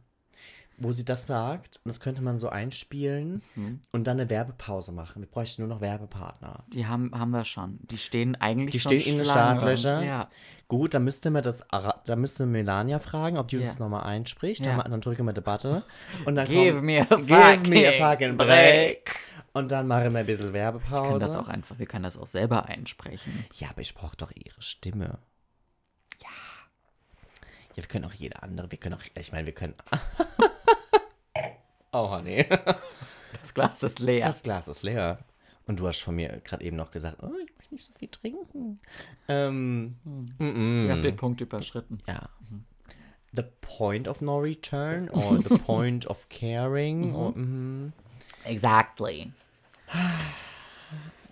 B: wo sie das sagt. Und das könnte man so einspielen
A: Mhm.
B: und dann eine Werbepause machen. Wir bräuchten nur noch Werbepartner.
A: Die haben, haben wir schon. Die stehen eigentlich
B: Die
A: schon
B: stehen in den
A: Schlange.
B: Startlöchern.
A: Ja.
B: Gut, dann müsste man das, ara- dann müsste Melania fragen, ob die
A: Ja.
B: das nochmal einspricht.
A: Ja.
B: Dann, ma- dann drücken wir Debatte. Und dann
A: Give
B: kommt,
A: me a
B: give me a
A: fucking
B: fucking break. Und dann machen wir ein bisschen Werbepause.
A: Ich kann das auch einfach, wir können das auch selber einsprechen.
B: Ja, aber ich brauche doch ihre Stimme. Ja. Ja, wir können auch jede andere, wir können auch, ich meine, wir können. oh, honey.
A: Das Glas ist leer.
B: Das Glas ist leer. Und du hast von mir gerade eben noch gesagt, oh, ich möchte nicht so viel trinken. Ähm,
A: Hm. ich
B: mm
A: habe den Punkt überschritten.
B: ja.
A: Mhm.
B: The point of no return or the point of caring. Or, mhm.
A: Exactly.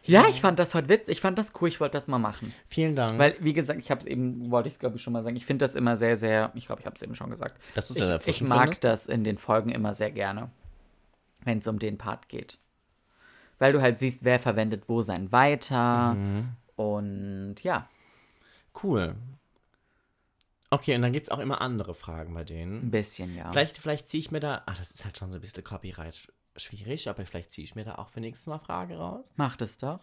A: Ja, ich fand das heute witz. Ich fand das cool. Ich wollte das mal machen.
B: Vielen Dank.
A: Weil, wie gesagt, ich habe es eben, wollte ich es glaube ich schon mal sagen, ich finde das immer sehr, sehr, ich glaube, ich habe es eben schon gesagt.
B: Dass du's
A: ich,
B: sehr
A: ich
B: erfrischend
A: mag
B: findest?
A: das in den Folgen immer sehr gerne, wenn es um den Part geht. Weil du halt siehst, wer verwendet wo sein Weiter.
B: Mhm.
A: Und ja,
B: cool. Okay, und dann gibt es auch immer andere Fragen bei denen.
A: ein bisschen, ja.
B: Vielleicht, vielleicht ziehe ich mir da, ah, das ist halt schon so ein bisschen Copyright schwierig, aber vielleicht ziehe ich mir da auch für nächstes Mal Frage raus.
A: Macht es doch.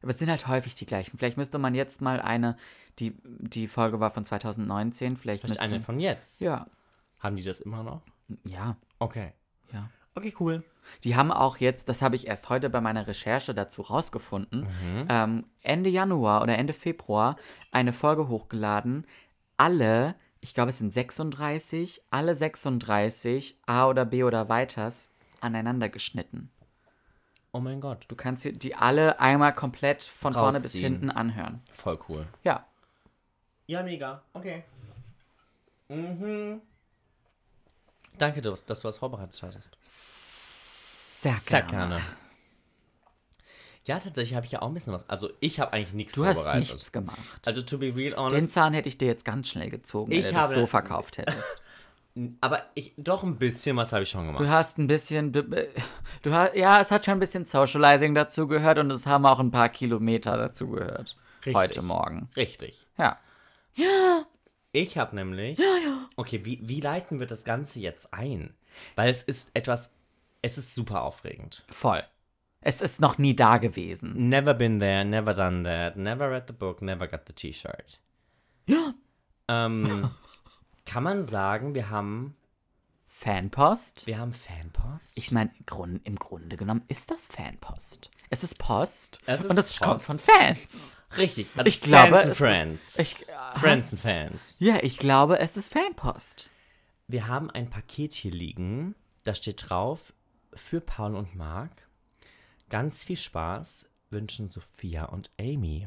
A: Aber es sind halt häufig die gleichen. Vielleicht müsste man jetzt mal eine, die, die Folge war von 2019, vielleicht,
B: Vielleicht
A: müsste,
B: eine von jetzt.
A: Ja,
B: Haben die das immer noch?
A: ja,
B: Okay.
A: ja.
B: Okay, cool.
A: Die haben auch jetzt, das habe ich erst heute bei meiner Recherche dazu rausgefunden,
B: Mhm. Hm?
A: ähm, Ende Januar oder Ende Februar eine Folge hochgeladen. Alle, ich glaube es sind 36, alle 36 A oder B oder weiters aneinander geschnitten.
B: Oh mein Gott.
A: Du kannst dir die alle einmal komplett von vorne bis
B: Rausziehen.
A: hinten anhören.
B: Voll cool.
A: Ja.
B: Ja, mega. Okay. Mhm. Danke, dass, dass du was vorbereitet hattest.
A: Sehr gerne.
B: Ja, tatsächlich habe ich ja auch ein bisschen was. Also, ich habe eigentlich nichts
A: Du hast
B: vorbereitet.
A: nichts gemacht.
B: Also, to be real
A: Den
B: honest,
A: Zahn hätte ich dir jetzt ganz schnell gezogen, wenn
B: Ich
A: du
B: habe-
A: das so verkauft hättest.
B: aber ich, doch ein bisschen was habe ich schon gemacht.
A: Du hast ein bisschen, du, äh, du hast, ja, es hat schon ein bisschen Socializing dazu gehört und es haben auch ein paar Kilometer dazu gehört.
B: Richtig.
A: Heute Morgen.
B: Richtig.
A: Ja.
B: Ich habe nämlich. Ja, ja. Okay, wie, wie leiten wir das Ganze jetzt ein? Weil es ist etwas. Es ist super aufregend.
A: Voll. Es ist noch nie da gewesen.
B: Never been there, never done that, never read the book, never got the T-Shirt. Ja. Ähm, kann man sagen, wir haben,
A: Fanpost?
B: wir haben Fanpost?
A: Ich meine, Grund, im Grunde genommen ist das Fanpost. Es ist Post
B: Es ist
A: und es kommt
B: Post.
A: von Fans.
B: Richtig. Also
A: Ich glaube,
B: Fans and
A: es
B: Friends.
A: Ist, ich, äh,
B: Friends and Fans.
A: ja, ich glaube, es ist Fanpost.
B: Wir haben ein Paket hier liegen. Da steht drauf, für Paul und Marc. Ganz viel Spaß wünschen Sophia und Amy.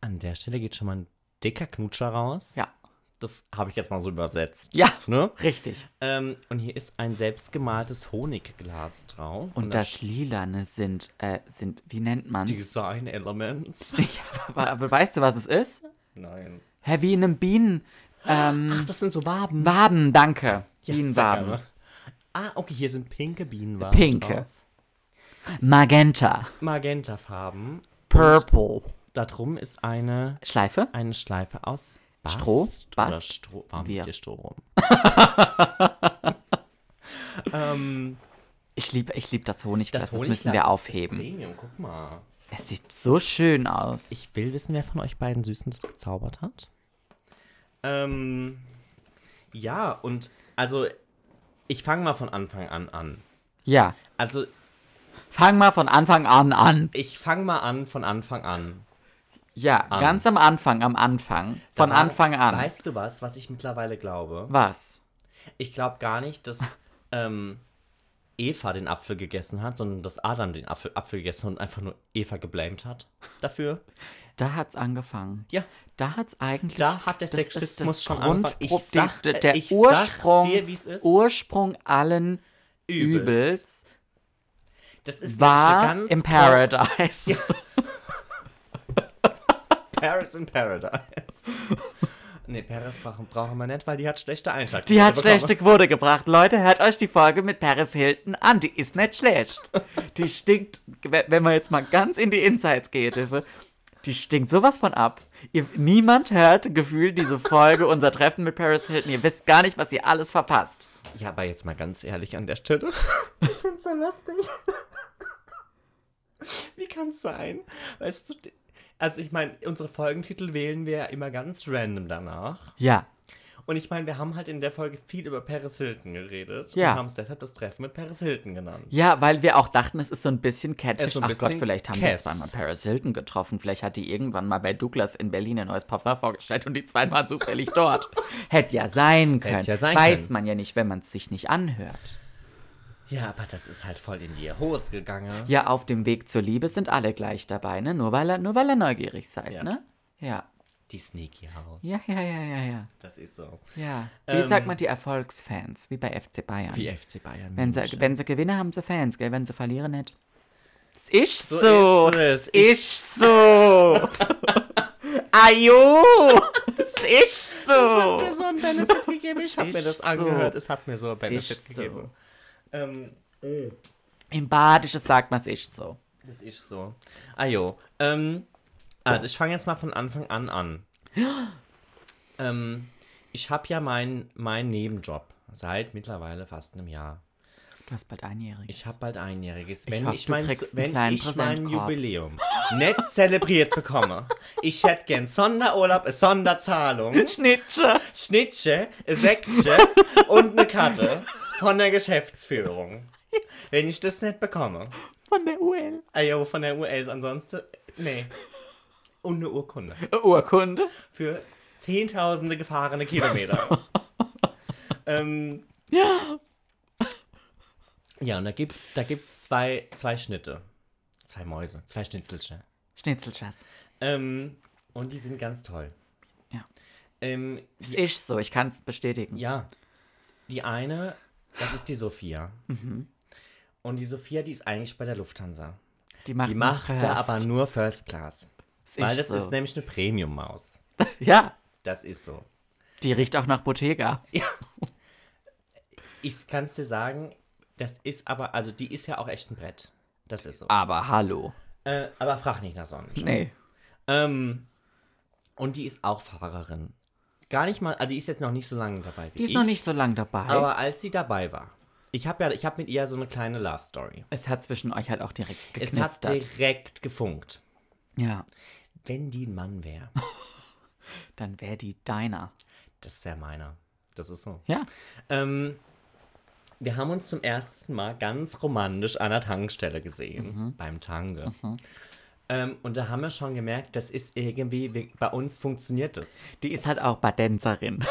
B: An der Stelle geht schon mal ein dicker Knutscher raus.
A: Ja.
B: Das habe ich jetzt mal so übersetzt.
A: Ja.
B: Ne?
A: Richtig.
B: Ähm, und hier ist ein selbstgemaltes Honigglas drauf.
A: Und das Lilane sind, äh, sind, wie nennt man?
B: Design Elements.
A: Ja, aber, aber weißt du, was es ist?
B: Nein.
A: Hä, wie in einem Bienen. Ähm,
B: Ach, das sind so Waben.
A: Waben, danke.
B: sag
A: Bienenwaben.
B: mal. Ah, okay, hier sind pinke Bienenwaben.
A: Pinke.
B: Drauf.
A: Magenta.
B: Magentafarben.
A: Purple.
B: Darum ist eine,
A: Schleife?
B: eine Schleife aus Bast
A: Stroh?
B: Oder
A: Bast?
B: Stroh. Warum
A: Wir.
B: liegt hier Stroh rum?
A: Ich liebe ich lieb das Honigglas. Das,
B: Honigglas
A: müssen wir
B: ist-
A: aufheben.
B: Ist Premium, guck mal.
A: es sieht so schön aus.
B: Ich will wissen, wer von euch beiden Süßen das gezaubert hat. Ähm, ja, und also ich fange mal von Anfang an an.
A: ja.
B: Also
A: Fang mal von Anfang an an.
B: ich fange mal an von Anfang an.
A: Ja, ganz am Anfang, am Anfang. Von
B: Aber
A: Anfang an.
B: Weißt du was, was ich mittlerweile glaube?
A: was?
B: Ich glaube gar nicht, dass ähm, Eva den Apfel gegessen hat, sondern dass Adam den Apfel, Apfel gegessen hat und einfach nur Eva geblamed hat dafür.
A: Da hat's angefangen.
B: Ja.
A: Da hat's eigentlich.
B: Da hat der
A: das ist das
B: Sexismus schon
A: Grundpro-
B: angefangen. Ich sag-
A: die- der
B: ich sag
A: Ursprung,
B: dir, wie's ist.
A: Ursprung allen
B: Übelst.
A: übelst
B: Das ist
A: war
B: eine
A: im
B: klar-
A: Paradise.
B: Paris in Paradise. nee, Paris brauchen, brauchen wir nicht, weil die hat schlechte Einschaltung.
A: Die hat schlechte Quote gebracht. Leute, hört euch die Folge mit Paris Hilton an. Die ist nicht schlecht. Die stinkt, we- wenn man jetzt mal ganz in die Insights geht, Hilfe, die stinkt sowas von ab. Ihr, niemand hört gefühlt diese Folge, unser Treffen mit Paris Hilton. Ihr wisst gar nicht, was ihr alles verpasst.
B: Ja, aber jetzt mal ganz ehrlich an der Stelle. ich find's so lustig. Wie kann's sein? Weißt du, die- also ich meine, unsere Folgentitel wählen wir ja immer ganz random danach.
A: Ja,
B: Und ich meine, wir haben halt in der Folge viel über Paris Hilton geredet.
A: Ja.
B: Und haben es deshalb das Treffen mit Paris Hilton genannt.
A: ja, weil wir auch dachten, es ist so ein bisschen
B: Es
A: Catfish.
B: ist so ein
A: Ach Gott,
B: bisschen
A: vielleicht haben wir
B: Cass.
A: zweimal Paris Hilton getroffen. Vielleicht hat die irgendwann mal bei Douglas in Berlin ein neues Parfum vorgestellt und die zweimal zufällig dort. Hätte ja sein können.
B: ja sein
A: Weiß
B: können.
A: man ja nicht, wenn man es sich nicht anhört.
B: Ja, aber das ist halt voll in die Hose gegangen.
A: Ja, auf dem Weg zur Liebe sind alle gleich dabei, ne? Nur weil er, nur weil er neugierig seid,
B: Ja.
A: ne? Ja.
B: Die Sneaky Haut.
A: Ja, ja, ja, ja, ja.
B: Das ist so.
A: ja. Wie
B: Ähm.
A: sagt man die Erfolgsfans, wie bei FC Bayern.
B: Wie FC Bayern.
A: wenn, sie,
B: München.
A: wenn sie gewinnen, haben sie Fans, gell? Wenn sie verlieren, nicht. Es ist so.
B: So ist es.
A: ist so. Ajo. Das ist so.
B: mir so einen Benefit gegeben. Ich habe
A: Ist
B: mir das
A: so.
B: angehört. Es hat mir so einen Benefit
A: ist so.
B: gegeben. Ähm,
A: Im Badisches sagt man, es ist so.
B: das ist so. Ah jo. Ähm, also ich fange jetzt mal von Anfang an an. ähm, ich habe ja meinen mein Nebenjob seit mittlerweile fast einem Jahr.
A: Du hast bald einjähriges.
B: Ich habe bald einjähriges. Wenn
A: hoffe,
B: ich
A: du
B: mein,
A: kriegst einen
B: wenn
A: kleinen
B: ich mein
A: Präsentkorb.
B: Jubiläum nicht zelebriert bekomme, ich hätte gern Sonderurlaub, eine Sonderzahlung.
A: Schnitsche.
B: Schnittsche, Sektche und eine Karte von der Geschäftsführung. Wenn ich das nicht bekomme.
A: Von der UL.
B: Ah ja, von der UL, ansonsten. Nee. Und eine Urkunde.
A: Urkunde.
B: Für zehntausende gefahrene Kilometer. ähm,
A: Ja.
B: ja, und da gibt's, da gibt's zwei, zwei Schnitte. Zwei Mäuse, zwei Schnitzelchen.
A: Schnitzelschass.
B: Ähm, und die sind ganz toll.
A: Ja.
B: Ähm,
A: Es ist so, ich kann es bestätigen.
B: Ja. Die eine, das ist die Sophia.
A: Mhm.
B: Und die Sophia, die ist eigentlich bei der Lufthansa.
A: Die macht,
B: Die macht
A: nur
B: da
A: First.
B: aber nur First Class.
A: Es
B: Weil das
A: so.
B: ist ne- nämlich eine Premium-Maus.
A: Ja,
B: Das ist so.
A: die riecht auch nach Bottega.
B: Ich kann es dir sagen, das ist aber, also die ist ja auch echt ein Brett. Das ist so.
A: Aber hallo.
B: Äh, aber frag nicht nach Sonnen.
A: Nee.
B: Ähm, und die ist auch Fahrerin. Gar nicht mal, also die ist jetzt noch nicht so lange dabei wie
A: Die ist
B: ich.
A: noch nicht so lang dabei.
B: aber als sie dabei war, ich habe ja, ich habe mit ihr so eine kleine Love Story.
A: es hat zwischen euch halt auch direkt
B: Es hat
A: geknistert.
B: direkt gefunkt.
A: ja,
B: Wenn die ein Mann wäre,
A: dann wäre die deiner.
B: das wäre meiner. Das ist so.
A: Ja.
B: Ähm, wir haben uns zum ersten Mal ganz romantisch an der Tankstelle gesehen,
A: Mhm.
B: beim Tange. Ähm, und da haben wir schon gemerkt, das ist irgendwie, wir- bei uns funktioniert das.
A: Die ist halt auch Badenserin.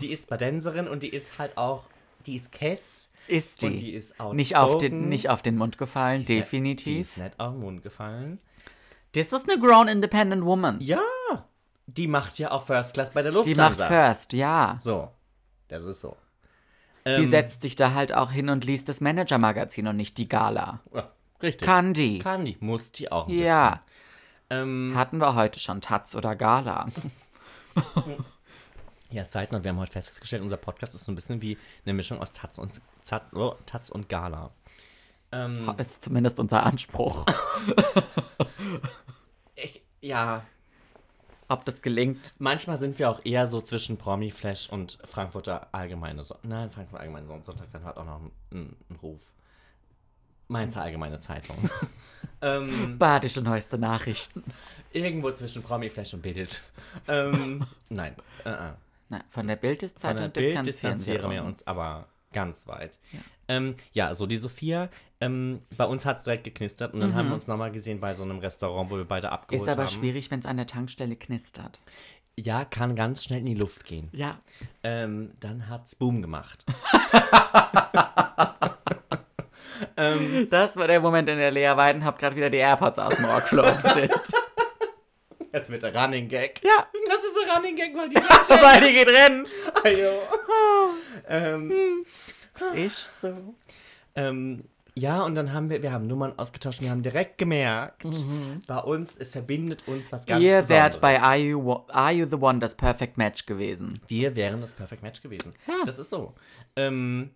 B: Die ist Badenserin und die ist halt auch, die ist Kess.
A: ist die.
B: Und die ist
A: nicht, auf den,
B: outspoken.
A: nicht auf den Mund gefallen,
B: Die
A: definitiv.
B: ist nicht auf den Mund gefallen.
A: Das ist eine grown independent woman.
B: Ja, die macht ja auch First Class bei der
A: die
B: Lufthansa.
A: macht First, ja.
B: So, das ist so.
A: Die
B: Ähm,
A: setzt sich da halt auch hin und liest das Manager-Magazin und nicht die Gala.
B: ja, richtig.
A: Kann die.
B: Kann die, muss die auch ein
A: ja.
B: bisschen. Ähm,
A: Hatten wir heute schon Taz oder Gala?
B: ja, Seiten, und wir haben heute festgestellt, unser Podcast ist so ein bisschen wie eine Mischung aus Taz und, Zat, oh, Taz und Gala. Ähm,
A: Ist zumindest unser Anspruch.
B: ich, ja,
A: Ob das gelingt?
B: manchmal sind wir auch eher so zwischen Promi-Flash und Frankfurter Allgemeine. So Nein, Frankfurter Allgemeine Son- Sonntagszeitung hat auch noch einen, einen Ruf. Mainzer Allgemeine Zeitung. ähm,
A: Badische neueste Nachrichten.
B: irgendwo zwischen Promi-Flash und Bild. Ähm, nein, äh, äh.
A: Na, von der Bildzeitung
B: von der Bild
A: distanzieren,
B: distanzieren wir uns aber ganz weit. Ja, ähm, ja so die Sophia, ähm, bei uns hat es direkt geknistert und dann haben wir uns nochmal gesehen bei so einem Restaurant, wo wir beide abgeholt
A: Mhm. Ist aber
B: haben.
A: schwierig, wenn es an der Tankstelle knistert.
B: Ja, kann ganz schnell in die Luft gehen.
A: Ja.
B: Ähm, dann hat's Boom gemacht.
A: Das war der Moment, in der Lea Weidenhaupt gerade wieder die AirPods aus dem Ohr geflogen sind.
B: Jetzt wird der Running Gag.
A: ja.
B: Das ist ein Running Gag, weil die
A: Aber die geht rennen.
B: Ajo. ähm,
A: Ist so.
B: Ähm, ja, und dann haben wir, wir haben Nummern ausgetauscht, wir haben direkt gemerkt, bei uns, es verbindet uns was ganz
A: Mhm. Ihr
B: Besonderes.
A: wärt bei Are you, Wo- Are you the One das Perfect Match gewesen.
B: Wir wären das Perfect Match gewesen.
A: Hm.
B: Das ist so. Ähm,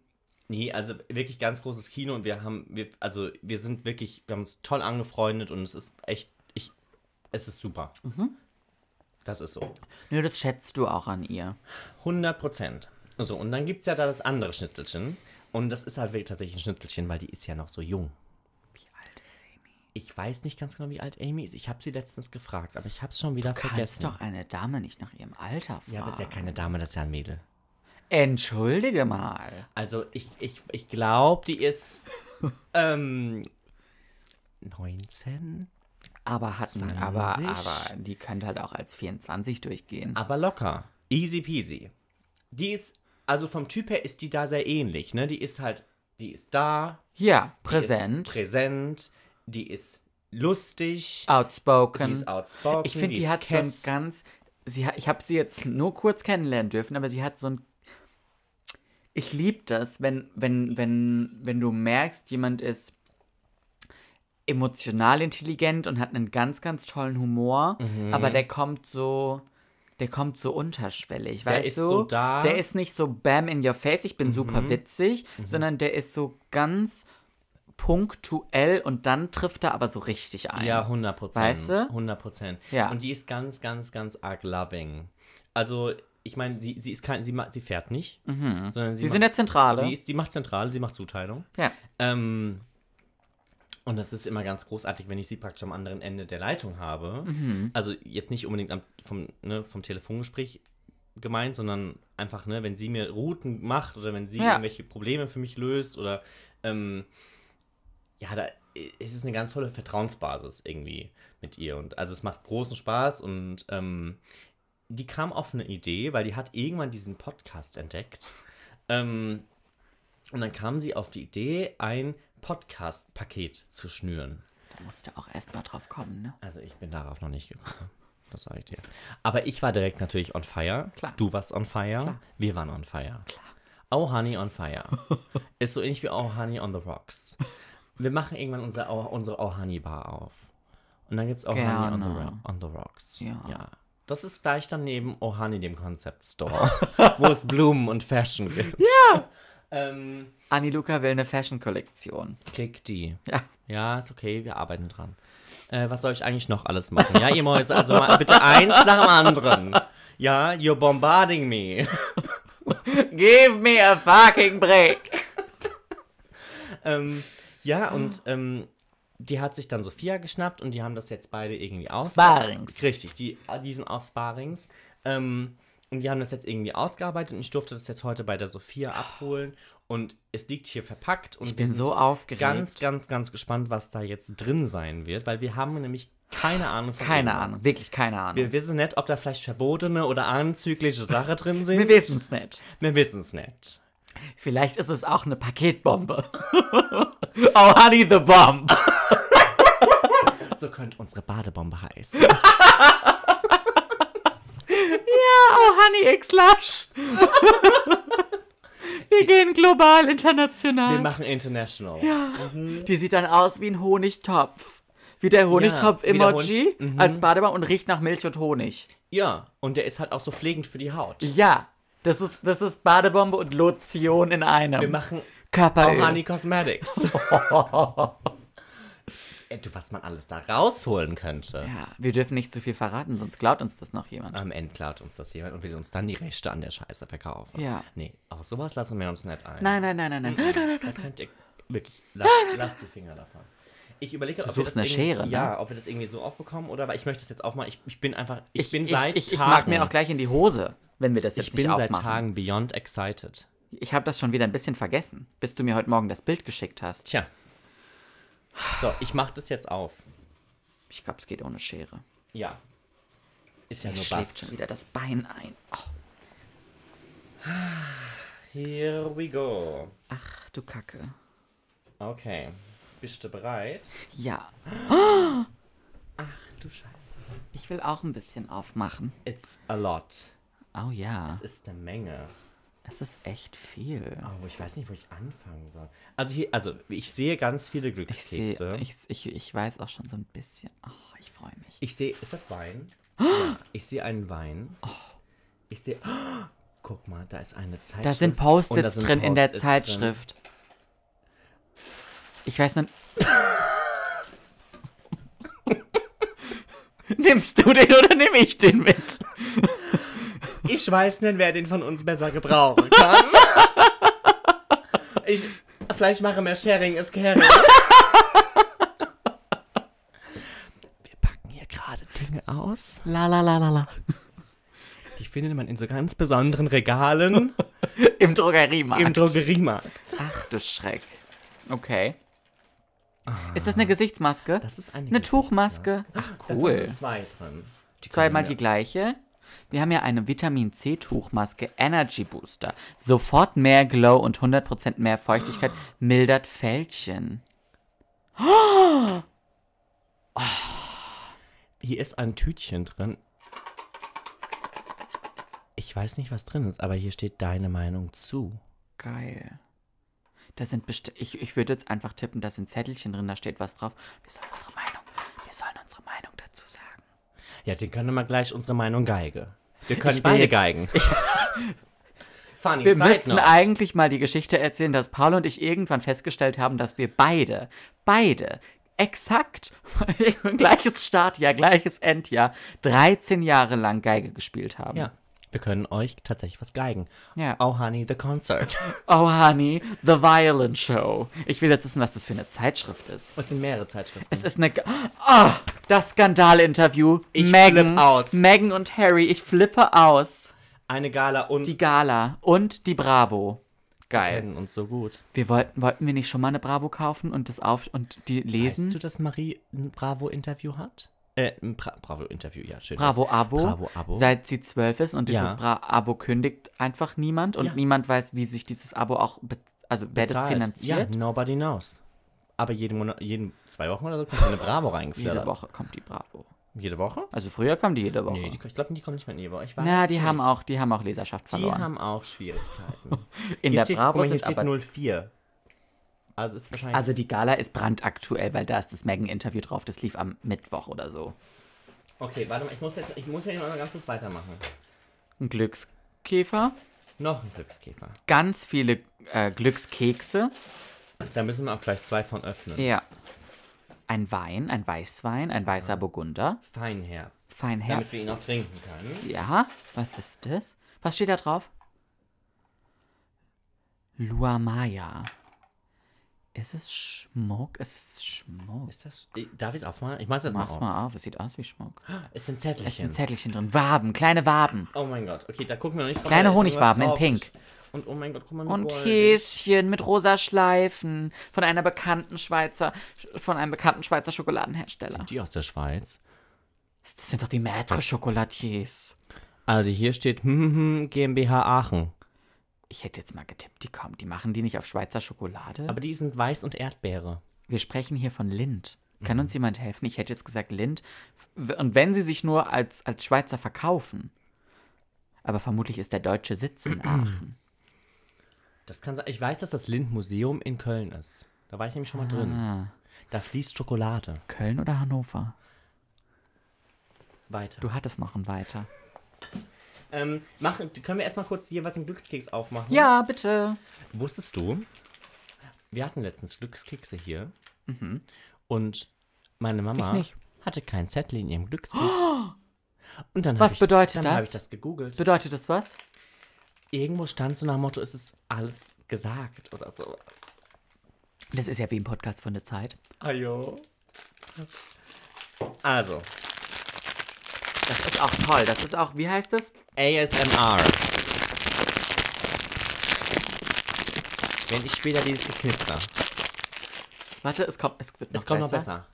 B: nee, also wirklich ganz großes Kino und wir haben, wir, also wir sind wirklich, wir haben uns toll angefreundet und es ist echt, ich, es ist super.
A: Mhm.
B: Das ist so.
A: Nö, das schätzt du auch an ihr.
B: 100 Prozent. So, und dann gibt es ja da das andere Schnitzelchen. Und das ist halt wirklich tatsächlich ein Schnitzelchen, weil die ist ja noch so jung.
A: Wie alt ist Amy?
B: Ich weiß nicht ganz genau, wie alt Amy ist. Ich habe sie letztens gefragt, aber ich habe es schon wieder
A: Du kannst
B: vergessen.
A: doch eine Dame nicht nach ihrem Alter fragen.
B: ja, aber ist ja keine Dame, das ist ja ein Mädel.
A: Entschuldige mal.
B: Also ich, ich, ich glaube, die ist ähm, 19,
A: Aber hat man, aber,
B: 20?
A: aber die könnte halt auch als 24 durchgehen.
B: aber locker. Easy peasy. Die ist, also vom Typ her ist die da sehr ähnlich, ne? Die ist halt, die ist da,
A: Ja,
B: die ist
A: präsent,
B: präsent, die ist lustig,
A: outspoken.
B: die ist outspoken,
A: Ich finde, die,
B: ist
A: hat
B: kess.
A: so ein ganz. Sie, ha- ich habe sie jetzt nur kurz kennenlernen dürfen, aber sie hat so ein. Ich liebe das, wenn, wenn, wenn, wenn du merkst, jemand ist emotional intelligent und hat einen ganz, ganz tollen Humor,
B: Mhm.
A: aber der kommt so. Der kommt so unterschwellig,
B: Der
A: weißt
B: ist
A: du?
B: so da. Mhm.
A: Der ist nicht so bam in your face, ich bin super witzig, sondern der ist so ganz punktuell und dann trifft er aber so richtig ein.
B: Ja, 100 Prozent.
A: Weißt du?
B: 100 Prozent.
A: Ja.
B: Und die ist ganz, ganz, ganz arg loving. Also, ich meine, sie, sie ist kein, sie, ma- sie fährt nicht, sondern sie,
A: Mhm. Sie
B: macht,
A: sind der Zentrale.
B: sie, ist, sie macht Zentrale, sie macht Zuteilung.
A: ja.
B: Ähm, und das ist immer ganz großartig, wenn ich sie praktisch am anderen Ende der Leitung habe. Also jetzt nicht unbedingt am, vom, ne, vom Telefongespräch gemeint, sondern einfach, ne, wenn sie mir Routen macht oder wenn sie
A: Ja.
B: irgendwelche Probleme für mich löst oder ähm, ja, da es ist eine ganz tolle Vertrauensbasis irgendwie mit ihr. Und also es macht großen Spaß und ähm, die kam auf eine Idee, weil die hat irgendwann diesen Podcast entdeckt. Ähm, und dann kam sie auf die Idee, ein Podcast-Paket zu schnüren.
A: Da musst du auch erstmal drauf kommen, ne?
B: Also ich bin darauf noch nicht gekommen. Das sage ich dir. Aber ich war direkt natürlich on fire.
A: Klar.
B: Du warst on fire.
A: Klar.
B: Wir waren on fire. Oh Honey on fire. Ist so ähnlich wie Oh Honey on the Rocks. Wir machen irgendwann unser, oh, unsere Oh Honey Bar auf. Und dann gibt es Oh Honey on the,
A: Gerne.
B: Ro- on the Rocks.
A: Ja.
B: Das ist gleich daneben Oh Honey, dem Concept Store, wo es Blumen und Fashion gibt. Ja. ähm,
A: Anni Luca will eine Fashion-Kollektion.
B: krieg die.
A: Ja.
B: Ja, ist okay, wir arbeiten dran. Äh, was soll ich eigentlich noch alles machen? Ja, ihr Mäuse, also mal bitte eins nach dem anderen. Ja, you're bombarding me.
A: Give me a fucking break!
B: Ähm, ja, und ähm, die hat sich dann Sophia geschnappt und die haben das jetzt beide irgendwie aus.
A: Sparrings.
B: Richtig, die, die sind auch Sparings. Ähm, und die haben das jetzt irgendwie ausgearbeitet und ich durfte das jetzt heute bei der Sophia abholen. Und es liegt hier verpackt. Und ich
A: bin so aufgeregt.
B: Ganz, ganz, ganz gespannt, was da jetzt drin sein wird, weil wir haben nämlich keine Ahnung von
A: Keine
B: irgendwas.
A: Ahnung, wirklich keine Ahnung.
B: Wir wissen nicht, ob da vielleicht verbotene oder anzügliche Sachen drin sind.
A: Wir wissen es nicht.
B: Wir wissen es nicht.
A: Vielleicht ist es auch eine Paketbombe. oh, honey, the bomb.
B: So könnte unsere Badebombe heißen.
A: Oh, honey, x -Lush. Wir gehen global, international.
B: Wir machen international.
A: Die sieht dann aus wie ein Honigtopf. Wie der
B: wie der
A: Honigtopf-Emoji
B: Honig- mhm.
A: als Badewanne und riecht nach Milch und Honig.
B: Ja, und der ist halt auch so pflegend für die Haut.
A: Ja, das ist, das ist Badebombe und Lotion in einem.
B: Wir machen
A: Körperöl.
B: Ohani Cosmetics. Ey, du, was man alles da rausholen könnte.
A: Ja, wir dürfen nicht zu viel verraten, sonst glaubt uns das noch jemand.
B: Am Ende klaut uns das jemand und will uns dann die Rechte an der Scheiße verkaufen.
A: Ja.
B: Nee, auch sowas lassen wir uns nicht ein.
A: Nein, nein, nein, nein, nein.
B: Da könnt ihr wirklich, lass, lass die Finger davon. Ich überlege, ob wir das
A: suchst eine
B: irgendwie-
A: Schere, ne?
B: ja, ob wir das irgendwie so aufbekommen oder weil ich möchte das jetzt aufmachen. Ich, ich bin einfach, ich, bin
A: ich,
B: seit
A: ich, ich
B: Tagen,
A: mag mir auch gleich in die Hose, wenn wir das jetzt
B: ich
A: nicht
B: bin seit
A: aufmachen.
B: Tagen beyond excited.
A: Ich habe das schon wieder ein bisschen vergessen, bis du mir heute Morgen das Bild geschickt hast.
B: Tja. So, ich mach das jetzt auf.
A: Ich glaube, es geht ohne Schere.
B: Ja. Ist ja
A: Mir
B: nur
A: schlägt
B: Bast.
A: schon wieder das Bein ein. Oh,
B: Here we go.
A: ach, du Kacke.
B: Okay. Bist du bereit?
A: Ja,
B: Du Scheiße.
A: ich will auch ein bisschen aufmachen.
B: It's a lot.
A: Oh ja.
B: Das ist eine Menge.
A: Es ist echt viel.
B: Oh, ich weiß nicht, wo ich anfangen soll. Also, hier, also ich sehe ganz viele
A: Ich, seh,
B: Glückskekse.
A: ich, ich, ich weiß auch schon so ein bisschen. Oh, ich freue mich.
B: Ich sehe, ist das Wein?
A: Ah!
B: Ja, ich sehe einen Wein.
A: Oh.
B: Ich sehe, oh, guck mal, da ist eine Zeitschrift.
A: Da sind
B: und da
A: Post-its
B: sind
A: drin in der
B: Post-its
A: Zeitschrift. Ich weiß nicht. Nimmst du den oder nehme ich den mit?
B: Drin. Ich weiß nicht, wer den von uns besser gebrauchen kann. ich, vielleicht mache mehr Sharing is Caring. Wir packen hier gerade Dinge aus.
A: La la la la la.
B: Die findet man in so ganz besonderen Regalen
A: Oh, Im Drogeriemarkt.
B: im Drogeriemarkt.
A: Ach du Schreck. Okay. Ist das eine Gesichtsmaske?
B: Das ist eine
A: eine Tuchmaske. Ach cool.
B: zwei drin. Die
A: Zweimal die
B: können
A: gleiche. Wir haben ja eine Vitamin C Tuchmaske Energy Booster. Sofort mehr Glow und 100% mehr Feuchtigkeit mildert Fältchen.
B: wir- Hier ist ein Tütchen drin. Ich weiß nicht, was drin ist, aber hier steht deine Meinung zu.
A: Geil. Da sind besti- ich, ich würde jetzt einfach tippen, da sind Zettelchen drin, da steht was drauf. Wir sollen unsere Meinung, wir sollen unsere Meinung dazu sagen.
B: Ja, den können wir gleich unsere Meinung geige. Wir
A: Ich will
B: können beide
A: jetzt-
B: geigen. Funny
A: Wir
B: side
A: müssten
B: note.
A: eigentlich mal die Geschichte erzählen, dass Paul und ich irgendwann festgestellt haben, dass wir beide, beide, exakt, gleiches Startjahr, gleiches Endjahr, 13 Jahre lang Geige gespielt haben.
B: Ja, wir können euch tatsächlich was geigen.
A: Ja.
B: Oh, honey, the concert.
A: Oh, Honey, The Violin Show. Ich will jetzt wissen, was das für eine Zeitschrift ist.
B: Es sind mehrere Zeitschriften.
A: Es ist eine. Ge- Ah, das Skandal-Interview.
B: Ich
A: Meghan,
B: flipp aus.
A: Meghan und Harry, ich flippe aus.
B: Eine Gala und
A: Die Gala und die Bravo.
B: wir
A: Geil.
B: kennen uns so gut.
A: Wir wollten, wollten wir nicht schon mal eine Bravo kaufen und das auf und die lesen?
B: Weißt du, dass Marie ein Bravo-Interview hat? Äh, ein Bra Bravo-Interview, ja, schön.
A: Bravo-Abo.
B: Bravo-Abo.
A: Seit sie zwölf ist und dieses
B: Ja.
A: Bra-Abo kündigt einfach niemand und
B: Ja.
A: niemand weiß, wie sich dieses Abo auch, be also wer das
B: Bezahlt.
A: finanziert.
B: Ja, nobody knows. Aber jeden Monat, jeden zwei Wochen oder so kommt eine Bravo reingeflattert.
A: Jede Woche kommt die Bravo.
B: Jede Woche?
A: Also früher kam die jede Woche.
B: Nee, die, ich glaube, die kommen nicht mehr in die Woche. Ich weiß
A: Na,
B: es
A: die
B: nicht.
A: haben auch, die haben auch Leserschaft
B: Die
A: verloren.
B: haben auch Schwierigkeiten.
A: In
B: hier
A: der
B: steht, guck
A: Bravo
B: mal, hier
A: sind
B: steht
A: aber
B: 04. Also ist wahrscheinlich.
A: Also die Gala ist brandaktuell, weil da ist das Megan-Interview drauf. Das lief am Mittwoch oder so.
B: okay, warte mal, ich muss jetzt, ich muss jetzt noch ganz kurz weitermachen.
A: Ein Glückskäfer,
B: Noch ein Glückskäfer.
A: ganz viele äh, Glückskekse.
B: Da müssen wir auch gleich zwei von öffnen.
A: Ja. Ein Wein, ein Weißwein, ein weißer Burgunder.
B: Fein her.
A: Feinherb.
B: Damit wir ihn auch trinken können.
A: Ja, was ist das? Was steht da drauf? Luamaya. Ist es Schmuck? Es ist Schmuck.
B: Ist das. Darf ich es aufmachen? Ich mach's jetzt mal
A: Mach's
B: auf.
A: mal auf, es sieht aus wie Schmuck.
B: Es sind
A: Es sind
B: Zettelchen.
A: Zettelchen drin. Waben, kleine Waben.
B: Oh mein Gott, okay, da gucken wir noch nicht drauf.
A: Kleine
B: weil da ist irgendwas
A: Honigwaben in
B: drauf.
A: Pink.
B: Und oh mein Gott, guck mal. mit
A: Und
B: Gold.
A: Häschen mit rosa Schleifen von einer bekannten Schweizer, von einem bekannten Schweizer Schokoladenhersteller.
B: Sind die aus der Schweiz?
A: Das sind doch die Maître Chocolatiers.
B: Also hier steht hm, hm, GmbH Aachen.
A: Ich hätte jetzt mal getippt, die kommen. Die machen die nicht auf Schweizer Schokolade.
B: Aber die sind Weiß und Erdbeere.
A: Wir sprechen hier von Lind. Kann uns jemand helfen? Ich hätte jetzt gesagt Lind. W- Und wenn sie sich nur als, als Schweizer verkaufen. Aber vermutlich ist der deutsche Sitz in Aachen.
B: Das kann sein. Ich weiß, dass das Lind Museum in Köln ist. Da war ich nämlich schon mal
A: Ah.
B: drin. Da fließt Schokolade.
A: Köln oder Hannover?
B: Weiter.
A: Du hattest noch einen weiter.
B: Ähm, machen, können wir erstmal kurz jeweils einen Glückskeks aufmachen?
A: Ja, bitte.
B: Wusstest du, wir hatten letztens Glückskekse hier. Und meine Mama
A: Mhm. Ich nicht. Oh!
B: hatte keinen Zettel in ihrem Glückskeks. Und dann hab
A: Was
B: ich,
A: bedeutet
B: dann
A: das?
B: habe ich das gegoogelt.
A: Bedeutet das was?
B: Irgendwo stand so nach dem Motto, es ist alles gesagt oder so.
A: Das ist ja wie im Podcast von der Zeit.
B: Ajo. Also,
A: Das ist auch toll. Das ist auch, wie heißt das?
B: ASMR. Wenn ich später dieses Geknister.
A: Warte, es kommt, es wird noch
B: Es kommt noch
A: besser.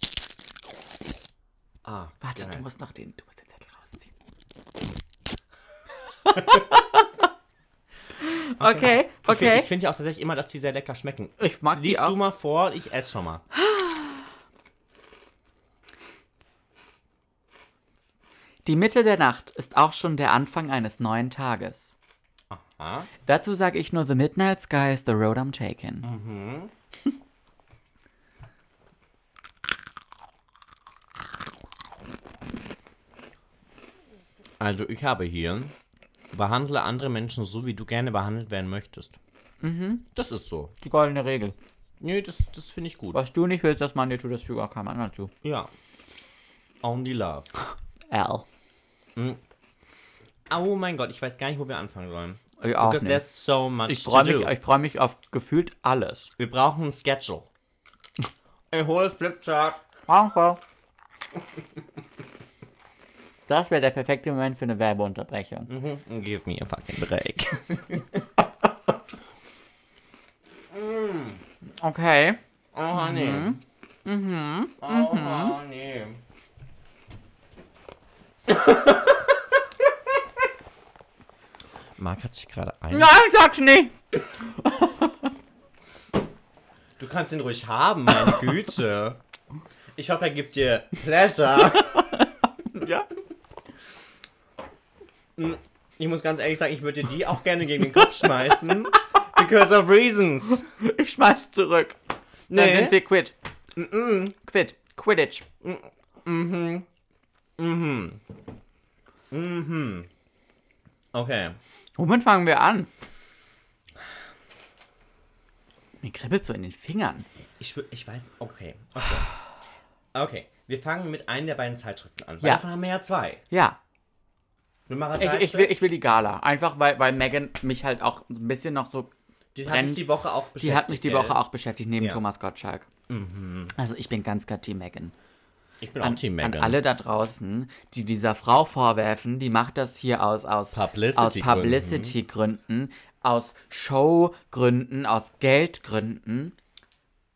B: besser. Ah,
A: Warte,
B: geil.
A: du musst noch den, du musst den Zettel rausziehen. okay,
B: Ich find-
A: okay.
B: Ich finde ja auch tatsächlich immer, dass die sehr lecker schmecken.
A: Ich mag die
B: Lies
A: auch.
B: du mal vor, ich esse schon mal.
A: Die Mitte der Nacht ist auch schon der Anfang eines neuen Tages.
B: Ja.
A: Dazu sage ich nur, The Midnight Sky is the road I'm taking.
B: Also ich habe hier, behandle andere Menschen so, wie du gerne behandelt werden möchtest.
A: Mhm.
B: Das ist so.
A: Die goldene Regel.
B: Nee, das, das finde ich gut.
A: Was du nicht willst, dass man dir tut, das füge auch keinem anderen zu.
B: Ja. Only love.
A: L.
B: Oh mein Gott, ich weiß gar nicht, wo wir anfangen sollen.
A: Ich auch
B: Because
A: nicht.
B: there's so much
A: Ich
B: to
A: freue
B: do.
A: mich, ich freu mich auf gefühlt alles.
B: Wir brauchen ein Schedule. Ein hohes Flipchart.
A: Danke. Das wäre der perfekte Moment für eine Werbeunterbrechung.
B: Give me a fucking break.
A: Okay.
B: Oh, honey. Mhm.
A: Mhm.
B: Oh, honey. Marc hat sich gerade ein...
A: Nein, sag's nicht!
B: Du kannst ihn ruhig haben, meine Güte. Ich hoffe, er gibt dir Pleasure.
A: Ja.
B: Hm, Ich muss ganz ehrlich sagen, ich würde dir die auch gerne gegen den Kopf schmeißen. Because of reasons.
A: Ich schmeiß zurück. Dann
B: Nee.
A: sind wir quit. Quit. Quidditch.
B: Okay.
A: Womit fangen wir an? Mir kribbelt so in den Fingern.
B: Ich, wür- ich weiß, okay. Okay. Okay. Wir fangen mit einer der beiden Zeitschriften an. Weil
A: Ja.
B: Davon haben wir ja zwei.
A: Ja.
B: Nummer
A: Ich,
B: Zeitschrift.
A: ich, will, ich will die Gala. Einfach weil, weil Megan mich halt auch ein bisschen noch so.
B: die hat mich
A: brenn-
B: die Woche auch beschäftigt.
A: Die hat mich die
B: gell?
A: Woche auch beschäftigt, neben
B: Ja. Mhm.
A: Thomas Gottschalk. Also ich bin ganz klar Team Megan.
B: Ich bin auch
A: An,
B: Team
A: an
B: Megan.
A: alle da draußen, die dieser Frau vorwerfen, die macht das hier aus, aus aus
B: Publicity-Gründen. mhm.
A: Publicity-Gründen, aus Showgründen, aus Geldgründen.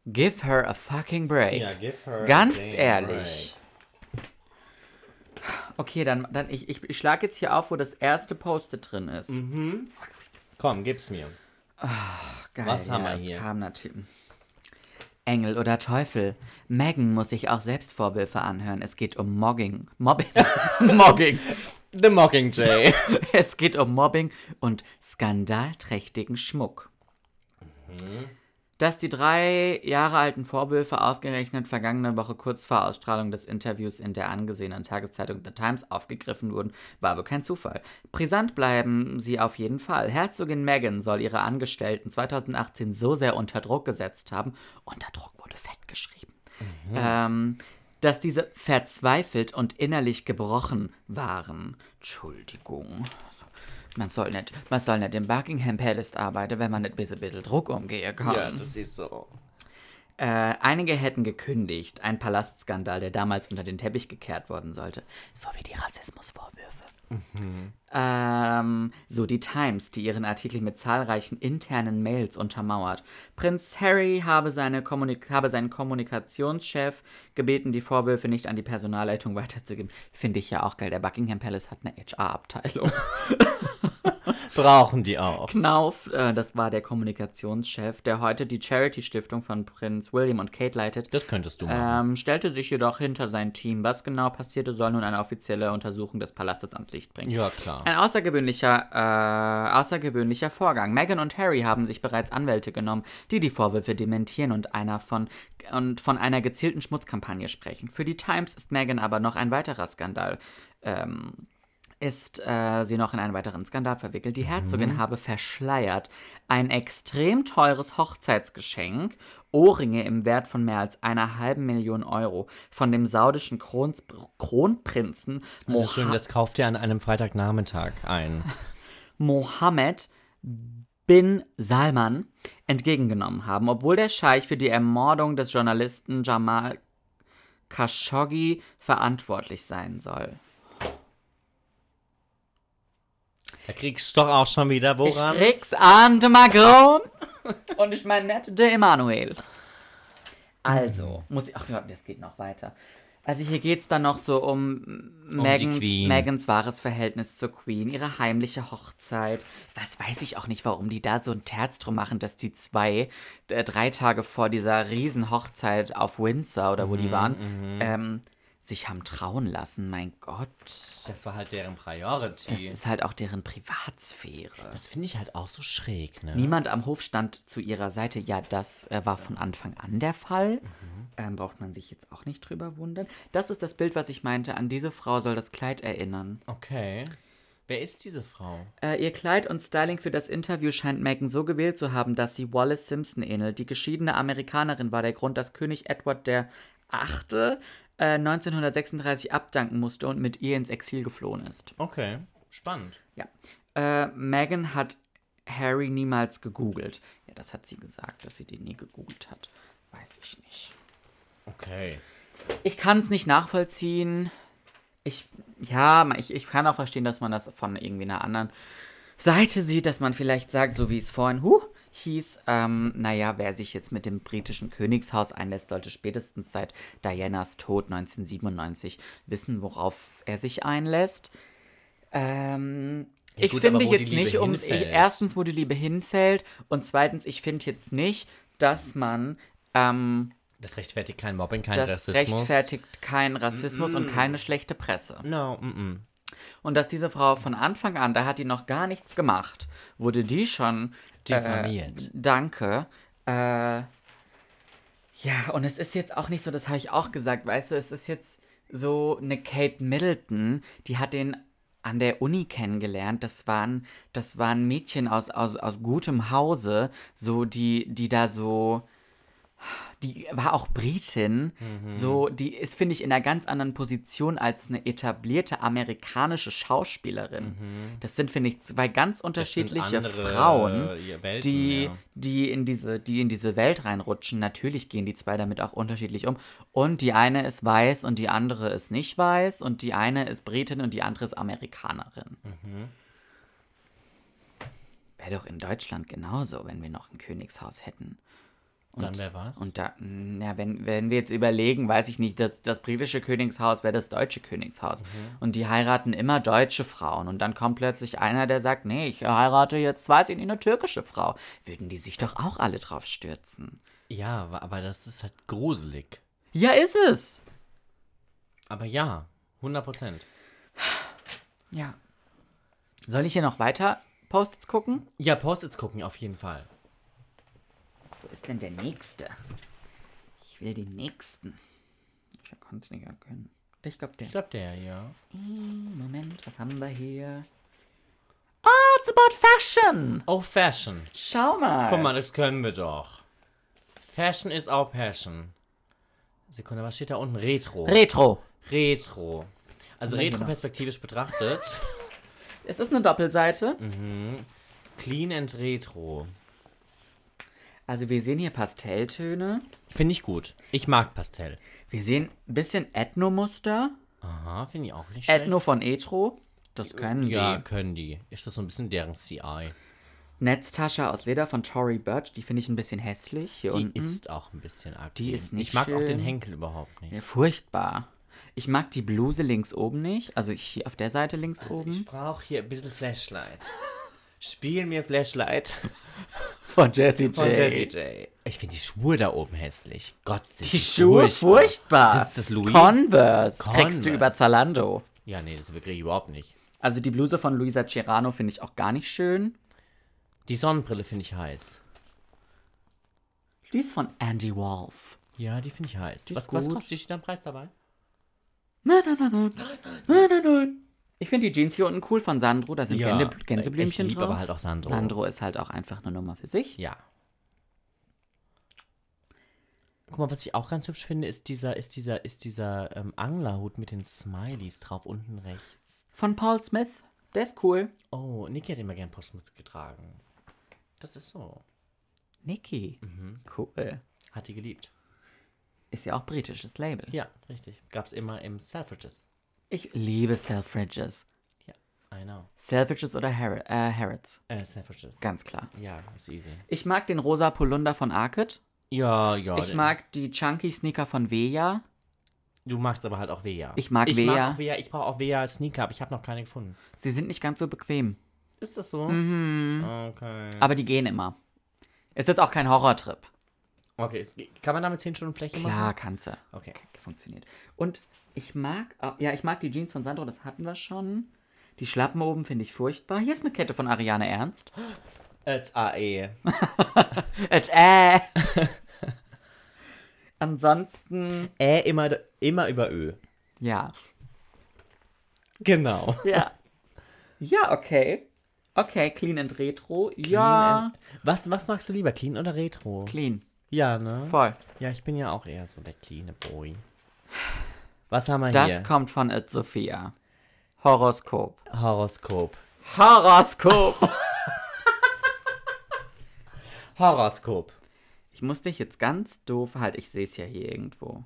A: Give her a fucking break.
B: Ja, give her
A: Ganz
B: a damn
A: ehrlich. Okay, dann, dann ich, ich, ich schlage jetzt hier auf, wo das erste Post-it drin ist.
B: Mhm. break. Komm, gib's mir.
A: Geil,
B: Was haben wir
A: es
B: hier?
A: kam natürlich. Engel oder Teufel. Megan muss sich auch selbst Vorwürfe anhören. Es geht um Mobbing. Mobbing. Mobbing.
B: The Mockingjay.
A: Es geht um Mobbing und skandalträchtigen Schmuck. Dass die drei Jahre alten Vorwürfe ausgerechnet vergangene Woche kurz vor Ausstrahlung des Interviews in der angesehenen Tageszeitung The Times aufgegriffen wurden, war wohl kein Zufall. Brisant bleiben sie auf jeden Fall. Herzogin Meghan soll ihre Angestellten 2018 so sehr unter Druck gesetzt haben, unter Druck wurde fett geschrieben, ähm, dass diese verzweifelt und innerlich gebrochen waren. Entschuldigung. Man soll nicht, man soll nicht im Buckingham Palace arbeiten, wenn man nicht bisschen, bisschen Druck umgehen kann.
B: ist so.
A: Äh, einige hätten gekündigt. Ein Palastskandal, der damals unter den Teppich gekehrt worden sollte. So wie die Rassismusvorwürfe. Ähm, so die Times, die ihren Artikel mit zahlreichen internen Mails untermauert. Prinz Harry habe, seine Kommunik habe seinen Kommunikationschef gebeten, die Vorwürfe nicht an die Personalleitung weiterzugeben. Finde ich ja auch geil. Der Buckingham Palace hat eine HR-Abteilung.
B: Brauchen die auch.
A: Knauf, äh, das war der Kommunikationschef, der heute die Charity-Stiftung von Prinz William und Kate leitet.
B: Das könntest du machen.
A: Ähm, stellte sich jedoch hinter sein Team. Was genau passierte, soll nun eine offizielle Untersuchung des Palastes ans Licht bringen.
B: ja, klar.
A: Ein außergewöhnlicher, äh, außergewöhnlicher Vorgang. Meghan und Harry haben sich bereits Anwälte genommen, die die Vorwürfe dementieren und, einer von, und von einer gezielten Schmutzkampagne sprechen. Für die Times ist Meghan aber noch ein weiterer Skandal. Ähm, ist äh, sie noch in einen weiteren Skandal verwickelt. Die Herzogin
B: Mhm.
A: habe verschleiert ein extrem teures Hochzeitsgeschenk, Ohrringe im Wert von mehr als einer halben Million Euro, von dem saudischen Krons Kronprinzen
B: Das ist Also schön,
A: Mohammed.
B: das kauft ihr an einem Freitagnachmittag ein.
A: Mohammed bin Salman entgegengenommen haben, obwohl der Scheich für die Ermordung des Journalisten Jamal Khashoggi verantwortlich sein soll.
B: Da kriegst du doch auch schon wieder woran.
A: Ich krieg's an de Macron und ich mein nett de Emmanuel. Also, muss ich. Ach ja, das geht noch weiter. Also hier geht's dann noch so um, Megans,
B: Queen.
A: Megans wahres Verhältnis zur Queen, ihre heimliche Hochzeit. Was weiß ich auch nicht, warum die da so ein Terz drum machen, dass die zwei, äh, drei Tage vor dieser Riesenhochzeit auf Windsor oder wo die waren, ähm, sich haben trauen lassen. Mein Gott.
B: Das war halt deren
A: Das
B: Priority. Das,
A: ist halt auch deren Privatsphäre.
B: finde ich halt auch so schräg, ne?
A: Niemand am Hof stand zu ihrer Seite. Ja, das äh, war von Anfang an der Fall. Ähm, braucht man sich jetzt auch nicht drüber wundern. Das ist das Bild, was ich meinte. An diese Frau soll das Kleid erinnern.
B: Okay. Wer ist diese Frau?
A: Äh, ihr Kleid und Styling für das Interview scheint Megan so gewählt zu haben, dass sie Wallace Simpson ähnelt. Die geschiedene Amerikanerin war der Grund, dass König Edward der Achte äh, 1936 abdanken musste und mit ihr ins Exil geflohen ist.
B: Okay, spannend.
A: Ja. Äh, Megan hat Harry niemals gegoogelt. Ja, das hat sie gesagt, dass sie den nie gegoogelt hat. Weiß ich nicht.
B: Okay.
A: Ich kann es nicht nachvollziehen. Ich, ja, ma- ich, ich kann auch verstehen, dass man das von irgendwie einer anderen Seite sieht, dass man vielleicht sagt, so wie es vorhin huh, hieß, ähm, naja, wer sich jetzt mit dem britischen Königshaus einlässt, sollte spätestens seit Dianas Tod 1997 wissen, worauf er sich einlässt. Ähm,
B: Ja,
A: ich
B: gut,
A: finde
B: aber wo die
A: jetzt
B: Liebe
A: nicht, um ich,
B: hinfällt.
A: erstens, wo die Liebe hinfällt und zweitens, ich finde jetzt nicht, dass man ähm,
B: Das rechtfertigt kein Mobbing, kein
A: das
B: Rassismus.
A: rechtfertigt keinen Rassismus und keine schlechte Presse.
B: No, mm -mm.
A: Und dass diese Frau von Anfang an, da hat die noch gar nichts gemacht, wurde die schon
B: Diffamiert.
A: Äh, danke. Äh, ja, und es ist jetzt auch nicht so, das habe ich auch gesagt, weißt du, es ist jetzt so eine Kate Middleton, die hat den an der Uni kennengelernt. Das waren, das waren Mädchen aus, aus, aus gutem Hause, so die, die da so die war auch Britin,
B: Mhm.
A: so die ist finde ich in einer ganz anderen Position als eine etablierte amerikanische Schauspielerin. Das sind finde ich zwei ganz unterschiedliche
B: Mhm. andere,
A: Frauen,
B: äh, Welten,
A: die
B: ja.
A: die in diese die in diese Welt reinrutschen. Natürlich gehen die zwei damit auch unterschiedlich um und die eine ist weiß und die andere ist nicht weiß und die eine ist Britin und die andere ist Amerikanerin.
B: Mhm.
A: Wäre doch in Deutschland genauso, wenn wir noch ein Königshaus hätten.
B: Dann wer war's?
A: Und da, ja, wenn, wenn wir jetzt überlegen, weiß ich nicht, das, das britische Königshaus wäre das deutsche Königshaus. Und die heiraten immer deutsche Frauen. Und dann kommt plötzlich einer, der sagt, nee, ich heirate jetzt, weiß ich nicht, eine türkische Frau. Würden die sich doch auch alle drauf stürzen.
B: ja, aber- aber das ist halt gruselig.
A: Ja, ist es.
B: Aber ja, 100 Prozent.
A: Ja. Soll ich hier noch weiter Posts gucken?
B: Ja, Post-its gucken auf jeden Fall.
A: Wo ist denn der nächste? Ich will den nächsten. Ich konnte es nicht erkennen. Ich glaube, der.
B: Ich glaube, der, ja.
A: Moment, was haben wir hier? Oh, it's about fashion.
B: Oh, Fashion.
A: Schau mal.
B: Guck mal, das können wir doch. Fashion ist auch Passion. Sekunde, was steht da unten? Retro.
A: Retro.
B: Retro. Also
A: Ja, genau.
B: retro-perspektivisch betrachtet.
A: Es ist eine Doppelseite.
B: Clean and Retro.
A: Also wir sehen hier Pastelltöne.
B: Finde ich gut. Ich mag Pastell.
A: Wir sehen ein bisschen Ethno-Muster.
B: Aha, finde ich auch nicht schlecht.
A: Ethno von Etro. Das können
B: ja,
A: die.
B: können die. Ist das so ein bisschen deren CI?
A: Netztasche aus Leder von Tory Burch. Die finde ich ein bisschen hässlich. Hier
B: Die
A: unten.
B: ist auch ein bisschen ugly.
A: Die ist nicht
B: Ich mag auch den
A: schön.
B: Henkel überhaupt nicht.
A: Ja, furchtbar. Ich mag die Bluse links oben nicht. Also hier auf der Seite links
B: Also
A: oben.
B: brauche hier ein bisschen Flashlight. Spiel mir Flashlight
A: Von Jessie J.
B: von Jessie J. Ich finde die Schuhe da oben hässlich. Gott, sind
A: Die Schuhe furchtbar.
B: Sitzt das Louis?
A: Converse, kriegst
B: Converse.
A: du über Zalando.
B: ja, nee, das kriege ich überhaupt nicht.
A: Also die Bluse von Luisa Cerano finde ich auch gar nicht schön.
B: Die Sonnenbrille finde ich heiß.
A: Die ist von Andy Wolf.
B: Ja, die finde ich heiß.
A: Die ist
B: was, was
A: gut.
B: kostet die? Steht da ein Preis dabei?
A: Nein, nein, nein, nein. Nein, nein, nein. Ich finde die Jeans hier unten cool von Sandro. Da sind Gänse Gänseblümchen
B: Ich liebe
A: drauf.
B: aber halt auch Sandro.
A: Sandro ist halt auch einfach eine Nummer für sich.
B: Ja. Guck mal, was ich auch ganz hübsch finde, ist dieser, ist dieser, ist dieser ähm, Anglerhut mit den Smileys drauf unten rechts.
A: Von Paul Smith. Der ist cool.
B: Oh, Niki hat immer gern Postmit getragen. Das ist so.
A: Niki. Cool.
B: Hat die geliebt.
A: Ist ja auch britisches Label.
B: Ja, richtig. Gab's immer im Selfridges.
A: Ich liebe Selfridges.
B: Ja, I know.
A: Selfridges oder Har äh, Harrods.
B: Äh, Selfridges.
A: Ganz klar.
B: ja, ist easy.
A: Ich mag den rosa Polunder von Arcad.
B: Ja, ja.
A: Ich mag die Chunky Sneaker von Veja.
B: Du magst aber halt auch Wea.
A: Ich mag
B: ich
A: Wea.
B: Mag auch Wea. Ich brauche auch Wea Sneaker, aber ich habe noch keine gefunden.
A: Sie sind nicht ganz so bequem.
B: Ist das so? Mhm. Okay.
A: Aber die gehen immer. Ist jetzt auch kein Horrortrip.
B: Okay, es ge- kann man damit 10 Stunden Fläche
A: Klar,
B: machen?
A: kannst du.
B: Okay.
A: Funktioniert. Und ich mag, au- ja, ich mag die Jeans von Sandro, das hatten wir schon. Die Schlappen oben finde ich furchtbar. Hier ist eine Kette von Ariane Ernst.
B: At AE.
A: Äh, äh. Ansonsten,
B: Ä immer, immer über Ö.
A: ja.
B: Genau.
A: Ja. Ja, okay. Okay, clean and retro. ja.
B: Was, was magst du lieber, clean oder retro?
A: clean.
B: Ja, ne?
A: Voll.
B: Ja, ich bin ja auch eher so der cleane Boy. Was haben wir
A: Das
B: hier?
A: kommt von It Sophia. Horoskop.
B: Horoskop.
A: Horoskop!
B: Horoskop.
A: ich muss dich jetzt ganz doof halt, ich sehe es ja hier irgendwo.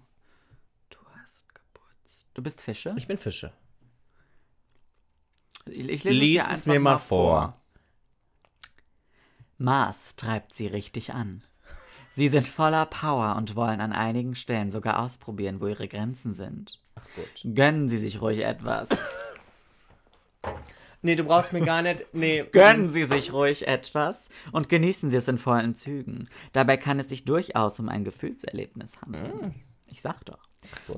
A: Du hast geputzt. Du bist Fische?
B: Ich bin Fische.
A: Ich, ich dir
B: Lies es
A: einfach
B: mir mal vor.
A: Mars treibt sie richtig an. Sie sind voller Power und wollen an einigen Stellen sogar ausprobieren, wo ihre Grenzen sind.
B: Gut.
A: Gönnen Sie sich ruhig etwas.
B: Nee, du brauchst mir gar nicht. Nee.
A: Gönnen Sie sich ruhig etwas und genießen Sie es in vollen Zügen. Dabei kann es sich durchaus um ein Gefühlserlebnis
B: Hm.
A: handeln. Ich sag doch.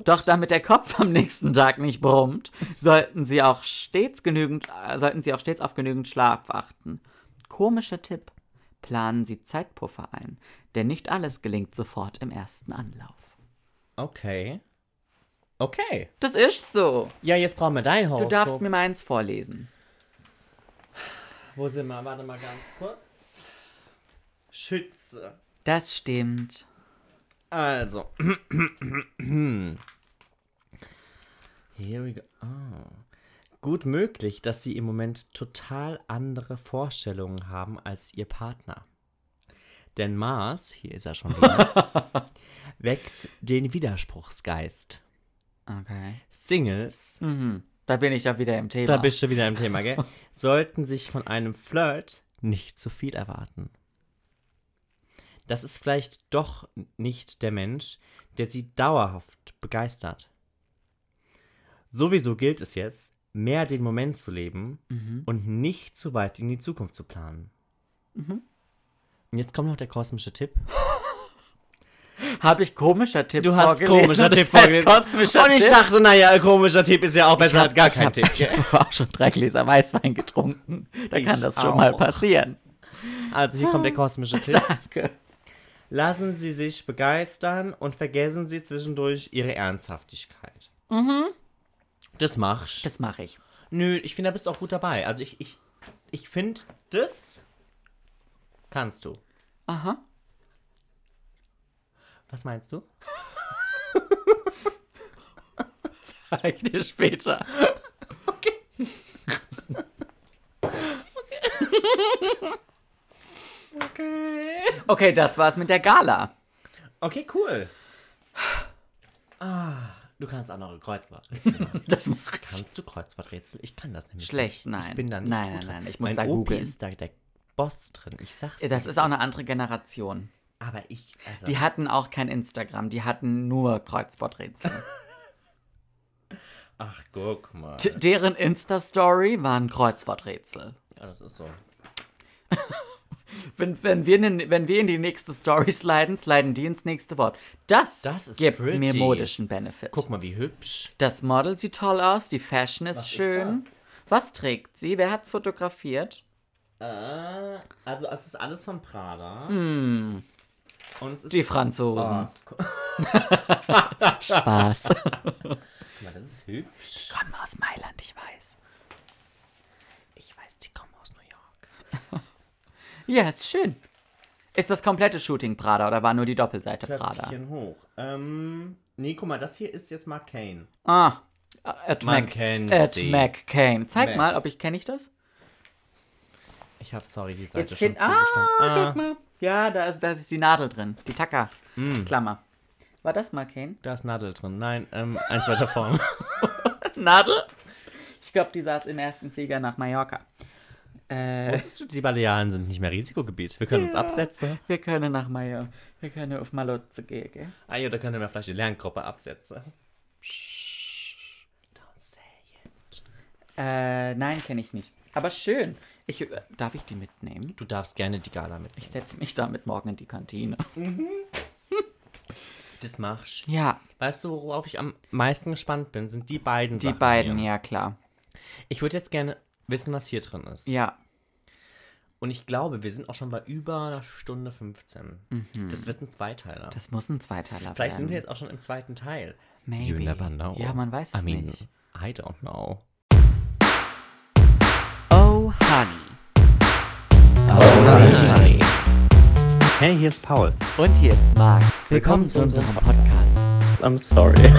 A: Doch damit der Kopf am nächsten Tag nicht brummt, sollten Sie auch stets genügend, äh, sollten Sie auch stets auf genügend Schlaf achten. Komischer Tipp: Planen Sie Zeitpuffer ein, denn nicht alles gelingt sofort im ersten Anlauf.
B: Okay. Okay.
A: Das ist so.
B: Ja, jetzt brauchen wir dein
A: Du
B: Horoskop.
A: darfst mir meins vorlesen.
B: Wo sind wir? Warte mal ganz kurz. Schütze.
A: Das stimmt.
B: Also. Here we go. Ah. Gut möglich, dass sie im Moment total andere Vorstellungen haben als ihr Partner. Denn Mars, hier ist er schon wieder, weckt den Widerspruchsgeist.
A: Okay.
B: Singles
A: Mhm. Da bin ich doch wieder im Thema.
B: Da bist du wieder im Thema, gell? Sollten sich von einem Flirt nicht zu viel erwarten. Das ist vielleicht doch nicht der Mensch, der sie dauerhaft begeistert. Sowieso gilt es jetzt, mehr den Moment zu leben und nicht zu weit in die Zukunft zu planen. Mhm. Und jetzt kommt noch der kosmische Tipp.
A: Habe ich komischer Tipp
B: Du hast
A: vorgelesen,
B: komischer
A: das
B: Tipp
A: heißt
B: vorgelesen.
A: Kosmischer
B: und ich
A: Tipp.
B: dachte, naja, komischer Tipp ist ja auch besser als gar
A: ich
B: kein
A: hab-
B: Tipp. gell?
A: Ich habe auch schon drei Gläser Weißwein getrunken. Da
B: Ich
A: kann das schon
B: auch.
A: mal passieren.
B: Also hier kommt der kosmische Tipp.
A: Danke.
B: Lassen Sie sich begeistern und vergessen Sie zwischendurch Ihre Ernsthaftigkeit. Mhm. Das machst.
A: Das mache ich.
B: Nö, ich finde, da bist du auch gut dabei. Also ich, ich, ich finde, das kannst du.
A: Aha.
B: Was meinst du?
A: Zeig dir später. Okay. Okay. Okay, das war's mit der Gala.
B: Okay, cool. Ah, du kannst auch noch ein Kreuzwort.
A: Das mache ich.
B: kannst du Kreuzworträtsel? Ich kann das nämlich.
A: Schlecht,
B: nicht.
A: nein.
B: Ich bin da nicht
A: Nein,
B: gut
A: nein,
B: drin.
A: nein, ich muss
B: mein
A: da
B: Opi
A: googeln.
B: ist da der Boss drin. Ich sag's. dir,
A: Das ist auch eine andere Generation.
B: Aber ich. Also,
A: Die hatten auch kein Instagram, die hatten nur Kreuzworträtsel.
B: ach, guck mal.
A: T deren Insta-Story war ein Kreuzworträtsel.
B: Ja, das ist so.
A: Wenn, wenn, wir in, wenn wir in die nächste Story sliden, sliden die ins nächste Wort. Das,
B: Das ist
A: gibt
B: pretty.
A: mir modischen Benefit.
B: Guck mal, wie hübsch.
A: Das Model sieht toll aus, die Fashion ist schön.
B: das?
A: Was trägt sie? Wer hat's fotografiert?
B: Äh, also es ist alles von Prada. Hm. Und es ist.
A: Die
B: Guck
A: Franzosen.
B: mal, guck
A: Spaß.
B: mal, das ist hübsch.
A: Kommen aus Mailand, ich weiß.
B: Ich weiß, die kommen aus New York.
A: Ja, ist schön. Ist das komplette Shooting Prada oder war nur die Doppelseite Prada?
B: Köpfchen hoch. Ähm, nee, guck mal, das hier ist jetzt Mark Kane.
A: Ah, Ed
B: Man
A: Mac,
B: kennt
A: Ed
B: sie.
A: McCain. Zeig
B: Mac.
A: mal, ob ich kenne ich das?
B: Ich hab, sorry, die Seite
A: Jetzt
B: schon
A: steht, ah,
B: zugestanden.
A: guck mal. Ja, da ist, da ist die Nadel drin. Die Tacker. Klammer. War das mal Kane?
B: Da ist Nadel drin. Nein, ähm, eins weiter vorne.
A: Nadel? Ich glaube, die saß im ersten Flieger nach Mallorca. Äh,
B: Wusstest du, die Balearen sind nicht mehr Risikogebiet. Wir können uns absetzen.
A: wir können nach Mallorca. Wir können auf Malotze gehen, gell?
B: Ah ja, da können wir vielleicht die Lerngruppe absetzen. Don't say it.
A: Äh, nein, kenne ich nicht. Aber schön. Ich, äh, darf ich die mitnehmen?
B: Du darfst gerne die Gala mit.
A: Ich setze mich damit morgen in die Kantine.
B: das machst.
A: Ja,
B: Weißt du, worauf ich am meisten gespannt bin? Sind die beiden
A: die
B: Sachen
A: beiden,
B: hier.
A: ja klar.
B: Ich würde jetzt gerne wissen, was hier drin ist.
A: Ja,
B: Und ich glaube, wir sind auch schon bei über einer Stunde 15. Das wird ein Zweiteiler.
A: Mhm. das muss ein Zweiteiler
B: Vielleicht sind wir
A: werden.
B: jetzt auch schon im zweiten Teil.
A: Maybe. Ja, man weiß es nicht.
B: I don't know.
A: Oh, honey.
C: Hey, here's Paul.
A: Und hier ist Marc. Willkommen zu unserem Podcast.
C: I'm sorry.